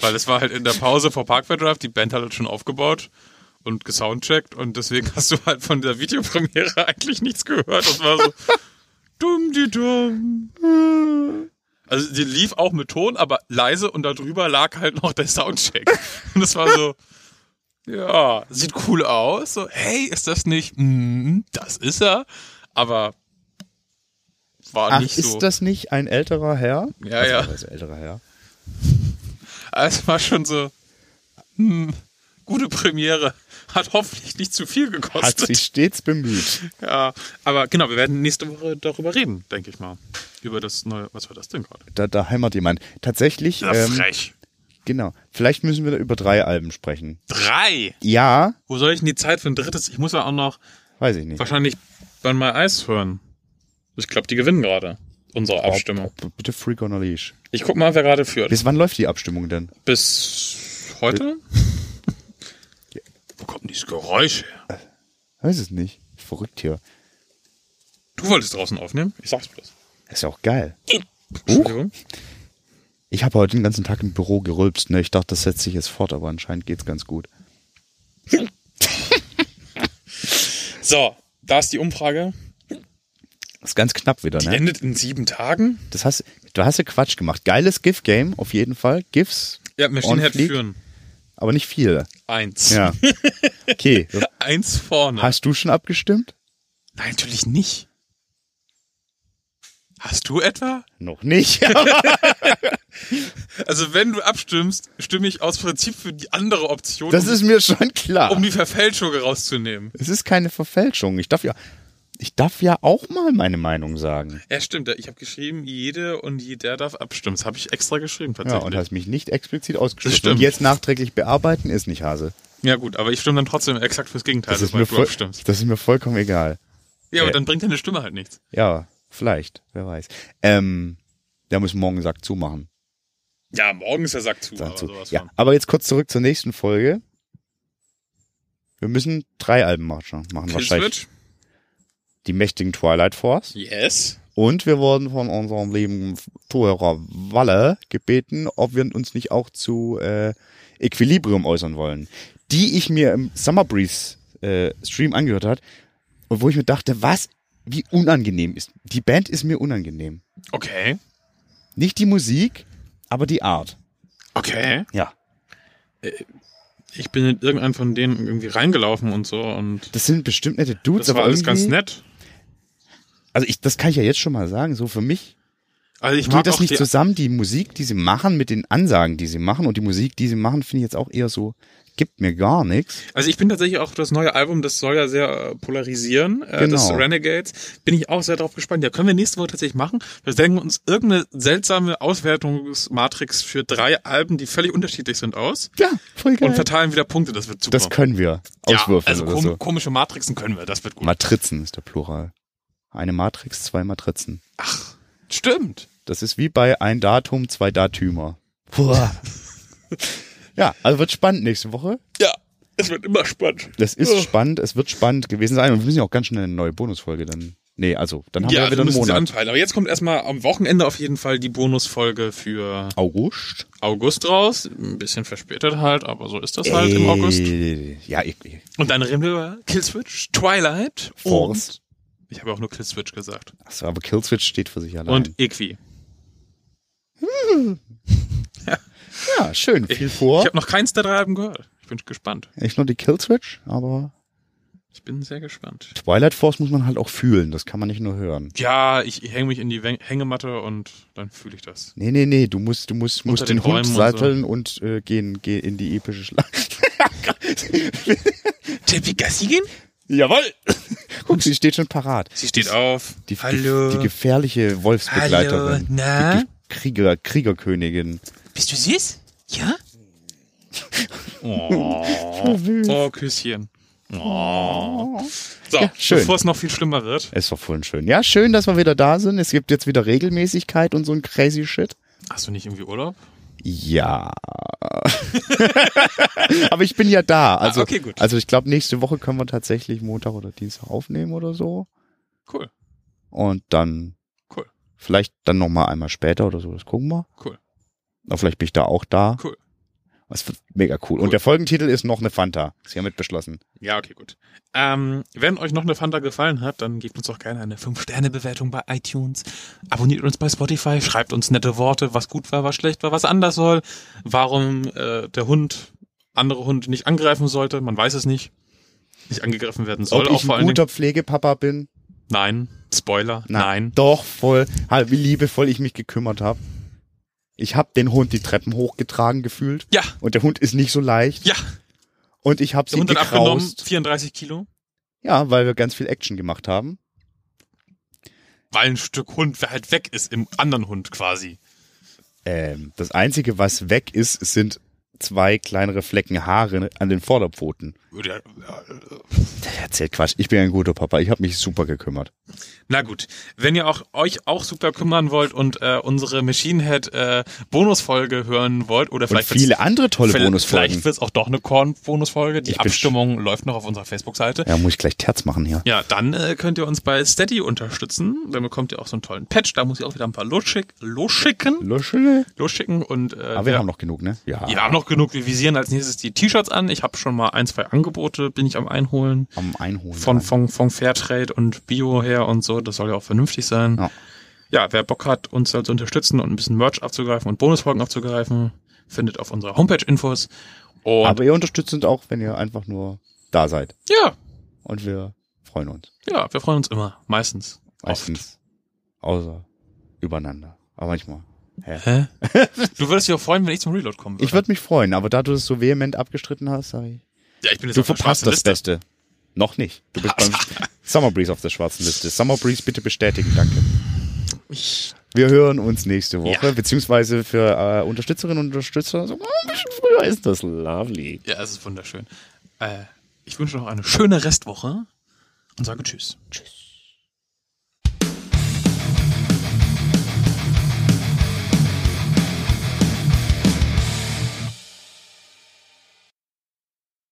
C: Weil es war halt in der Pause vor Parkway Drive, die Band hat halt schon aufgebaut und gesoundcheckt und deswegen hast du halt von der Videopremiere *laughs* eigentlich nichts gehört. Das war so dumm die dumm. Also die lief auch mit Ton, aber leise und darüber lag halt noch der Soundcheck. Und das war so, ja, sieht cool aus. So, hey, ist das nicht? Mm, das ist er. Aber
B: *laughs*
C: war
B: Ach,
C: nicht
B: ist
C: so.
B: das nicht ein älterer Herr?
C: Ja,
B: also,
C: ja.
B: was ist älterer Herr?
C: Also es war schon so, hm, gute Premiere. Hat hoffentlich nicht zu viel
B: Hat
C: gekostet.
B: sich stets bemüht.
C: Ja, aber genau, wir werden nächste Woche darüber reden, denke ich mal. Über das neue, was war das denn gerade?
B: Da, da heimert jemand. Tatsächlich,
C: Ja,
B: ähm,
C: frech.
B: genau. Vielleicht müssen wir da über drei Alben sprechen.
C: Drei!
B: Ja,
C: Wo soll ich denn die Zeit für ein drittes? Ich muss ja auch noch
B: weiß ich nicht.
C: wahrscheinlich dann mal Eis hören. Ich glaube, die gewinnen gerade. Unsere Abstimmung.
B: B- Bitte Freak on a Leash.
C: Ich guck mal, wer gerade führt.
B: Bis wann läuft die Abstimmung denn?
C: Bis heute? *laughs* Wo kommt dieses Geräusch her?
B: Weiß es nicht. Verrückt hier.
C: Du wolltest draußen aufnehmen? Ich sag's bloß.
B: Ist ja auch geil.
C: Entschuldigung.
B: Ich habe heute den ganzen Tag im Büro gerülpst. Ne? Ich dachte, das setzt sich jetzt fort, aber anscheinend geht's ganz gut.
C: So, da ist die Umfrage.
B: Ist ganz knapp wieder,
C: Die
B: ne?
C: endet in sieben Tagen.
B: Das hast, du hast ja Quatsch gemacht. Geiles GIF-Game, auf jeden Fall. GIFs,
C: Ja, Machine Head
B: Onfleek?
C: führen.
B: aber nicht viele.
C: Eins. *laughs*
B: Ja. Okay.
C: Eins vorne.
B: Hast du schon abgestimmt?
C: Nein, natürlich nicht. Hast du etwa?
B: Noch
C: *laughs*
B: nicht.
C: Also wenn du abstimmst, stimme ich aus Prinzip für die andere Option,
B: Das
C: um,
B: ist mir schon
C: um
B: klar.
C: die Verfälschung rauszunehmen.
B: Es ist keine Verfälschung. Ich darf ja, ich darf ja auch mal meine Meinung sagen.
C: Ja, stimmt. Ich habe geschrieben, jede und jeder darf abstimmen. Das habe ich extra geschrieben
B: Ja,
C: tatsächlich.
B: und
C: Ja,
B: hast mich nicht explizit
C: Das
B: ausgeschlossen.
C: stimmt.
B: Und jetzt nachträglich bearbeiten ist nicht Hase.
C: gut, aber ich stimme dann trotzdem exakt fürs Gegenteil,
B: Das, ist,
C: sobald
B: mir
C: du
B: voll,
C: abstimmst.
B: das ist mir vollkommen egal.
C: Ja, aber
B: äh.
C: dann bringt deine Stimme halt nichts.
B: Ja, vielleicht. Wer weiß. Ähm, da muss morgen den Sack zumachen.
C: Ja, morgen ist der Sack zu.
B: Dann
C: Aber
B: zu.
C: sowas
B: Ja,
C: von.
B: aber jetzt kurz zurück zur nächsten Folge. Wir müssen drei Alben machen, machen
C: Kill
B: wahrscheinlich.
C: Switch?
B: Die mächtigen Twilight Force.
C: Yes.
B: Und wir wurden von unserem lieben Zuhörer Walle gebeten, ob wir uns nicht auch zu äh, Equilibrium äußern wollen. Die ich mir im Summer Breeze äh, Stream angehört hat und wo ich mir dachte, was, wie unangenehm ist. Die Band ist mir unangenehm.
C: Okay.
B: Nicht die Musik, aber die Art.
C: Okay.
B: Ja.
C: Ich bin in irgendeinen von denen irgendwie reingelaufen und so und
B: Das sind bestimmt nette Dudes,
C: das war
B: aber
C: alles ganz
B: irgendwie-
C: nett.
B: Also ich, das kann ich ja jetzt schon mal sagen. So für mich
C: Also ich mag
B: geht das
C: auch
B: nicht
C: die,
B: zusammen. Die Musik, die sie machen, mit den Ansagen, die sie machen und die Musik, die sie machen, finde ich jetzt auch eher so, gibt mir gar nichts.
C: Also ich bin tatsächlich auch das neue Album, das soll ja sehr äh, polarisieren, äh,
B: Genau.
C: das Renegades, bin ich auch sehr drauf gespannt. Ja, können wir nächste Woche tatsächlich machen. Wir denken uns irgendeine seltsame Auswertungsmatrix für drei Alben, die völlig unterschiedlich sind, aus
B: Ja, voll
C: und verteilen wieder Punkte. Das wird super.
B: Das können wir auswürfeln
C: ja, also
B: oder
C: kom
B: so.
C: komische Matrixen können wir, das wird gut.
B: Matrizen ist der Plural. Eine Matrix, zwei Matrizen.
C: Stimmt.
B: Das ist wie bei ein Datum, zwei Datümer. Boah. *laughs* ja, also wird spannend nächste Woche.
C: Ja, es wird immer spannend. Oh.
B: Das ist
C: Ugh.
B: spannend, es wird spannend gewesen sein. Und wir müssen ja auch ganz schnell eine neue Bonusfolge dann. Nee, also, dann haben
C: Ja,
B: wir
C: wir
B: wieder einen
C: müssen sie
B: Monat.
C: anpeilen. Aber jetzt kommt erstmal am Wochenende auf jeden Fall die Bonusfolge für
B: August?
C: August raus. Ein bisschen verspätet halt, aber so ist das halt im August.
B: Äh, Ja, ich, ich,
C: Und dann reden wir über Killswitch, Twilight
B: Force.
C: und ich habe auch nur Killswitch gesagt.
B: Achso, aber Killswitch steht für sich allein.
C: Und Equi.
B: ja, schön, viel vor.
C: Ich habe noch keins der drei Alben gehört. Ich bin gespannt.
B: Echt nur die Killswitch, aber
C: Ich bin sehr gespannt.
B: Twilight Force muss man halt auch fühlen. Das kann man nicht nur hören.
C: Ja, ich hänge mich in die Wen- Hängematte und dann fühle ich das.
B: Nee, nee, nee, du musst, du musst, musst
C: den
B: den, Hund
C: Bäumen und
B: satteln und, äh, gehen, geh in die epische Schlacht. *laughs*
C: Tippi Gassi gehen?
B: Jawoll! Guck, sie steht schon parat.
C: Sie steht auf.
B: Die,
C: Hallo.
B: die gefährliche Wolfsbegleiterin.
C: Hallo, na?
B: Die, Ge- Krieger, Kriegerkönigin.
C: Bist du süß? Ja?
B: *laughs* Oh, süß.
C: Oh, Küsschen. Oh. So,
B: Ja, schön.
C: bevor es noch viel schlimmer wird.
B: Es war voll schön. Ja, schön, dass wir wieder da sind. Es gibt jetzt wieder Regelmäßigkeit und so ein crazy Shit.
C: Hast du nicht irgendwie Urlaub?
B: Ja. *laughs* Aber ich bin ja da. Also,
C: Ah, okay, gut.
B: also ich glaube, nächste Woche können wir tatsächlich Montag oder Dienstag aufnehmen oder so.
C: Cool,
B: Und dann
C: cool,
B: Vielleicht dann nochmal einmal später oder so, das gucken wir.
C: cool.
B: Na, vielleicht bin ich da auch da.
C: Cool.
B: Das wird mega cool.
C: Cool.
B: Und der Folgentitel ist noch eine Fanta. Ist hiermit beschlossen.
C: Ja, okay, gut. Ähm, wenn euch noch eine Fanta gefallen hat, dann gebt uns doch gerne eine 5-Sterne-Bewertung bei iTunes. Abonniert uns bei Spotify, schreibt uns nette Worte, was gut war, was schlecht war, was anders soll, warum äh, der Hund andere Hunde nicht angreifen sollte, man weiß es nicht. Nicht angegriffen werden soll,
B: Ob
C: auch
B: ich
C: vor
B: ein
C: allen Dingen.
B: guter Pflegepapa bin?
C: Nein, Spoiler,
B: Na,
C: nein.
B: Doch, voll. Ha, Wie liebevoll ich mich gekümmert habe. Ich habe den Hund die Treppen hochgetragen gefühlt.
C: Ja,
B: Und der Hund ist nicht so leicht.
C: ja,
B: Und ich habe
C: Der
B: sie
C: Hund hat abgenommen,
B: gekraust.
C: 34 Kilo.
B: Ja, weil wir ganz viel Action gemacht haben.
C: Weil ein Stück Hund halt weg ist im anderen Hund quasi.
B: Ähm, das Einzige, was weg ist, sind zwei kleinere Flecken Haare an den Vorderpfoten.
C: Oder, äh,
B: Erzählt Quatsch. Ich bin ein guter Papa. Ich habe mich super gekümmert.
C: Na gut, wenn ihr auch euch auch super kümmern wollt und äh, unsere Machine Head äh, Bonusfolge hören wollt oder
B: Und
C: vielleicht wird's-
B: viele andere tolle
C: vielleicht-
B: Bonusfolgen.
C: Vielleicht wird es auch doch eine Korn Bonusfolge. Die
B: Ich bin
C: Abstimmung läuft noch auf unserer Facebook Seite.
B: Ja, muss ich gleich Terz machen hier.
C: Ja, dann äh, könnt ihr uns bei Steady unterstützen. Dann bekommt ihr auch so einen tollen Patch. Da muss ich auch wieder ein paar losschick, losschicken,
B: Luschel.
C: losschicken und äh,
B: Aber wir haben noch genug, ne? Ja.
C: wir haben noch genug. Wir visieren als nächstes die T-Shirts an. Ich habe schon mal ein, zwei Angebote, bin ich am Einholen
B: Am Einholen.
C: von, von, von Fairtrade und Bio her und so. Das soll ja auch vernünftig sein.
B: Ja.
C: Ja, wer Bock hat, uns da zu unterstützen und ein bisschen Merch abzugreifen und Bonusfolgen abzugreifen, findet auf unserer Homepage Infos. Und
B: Aber ihr unterstützt uns auch, wenn ihr einfach nur da seid.
C: ja,
B: Und wir freuen uns.
C: ja, wir freuen uns immer. Meistens.
B: Meistens. Außer übereinander. Aber manchmal. *laughs*
C: Oft. Hä? du würdest dich auch freuen, wenn ich zum Reload kommen würde.
B: Ich würde mich freuen, aber da du es so vehement abgestritten hast, sag ich.
C: ja, ich bin jetzt
B: Du
C: auf der
B: verpasst
C: schwarzen
B: das
C: Liste.
B: Beste. Noch nicht. Du bist *laughs* beim Summer Breeze auf der schwarzen Liste. Summer Breeze, bitte bestätigen, danke. Wir hören uns nächste Woche,
C: Ja.
B: beziehungsweise für äh, Unterstützerinnen und Unterstützer. So, oh, ein bisschen früher ist das lovely.
C: Ja, es ist wunderschön. Äh, ich wünsche noch eine schöne Restwoche und sage Tschüss.
B: Tschüss.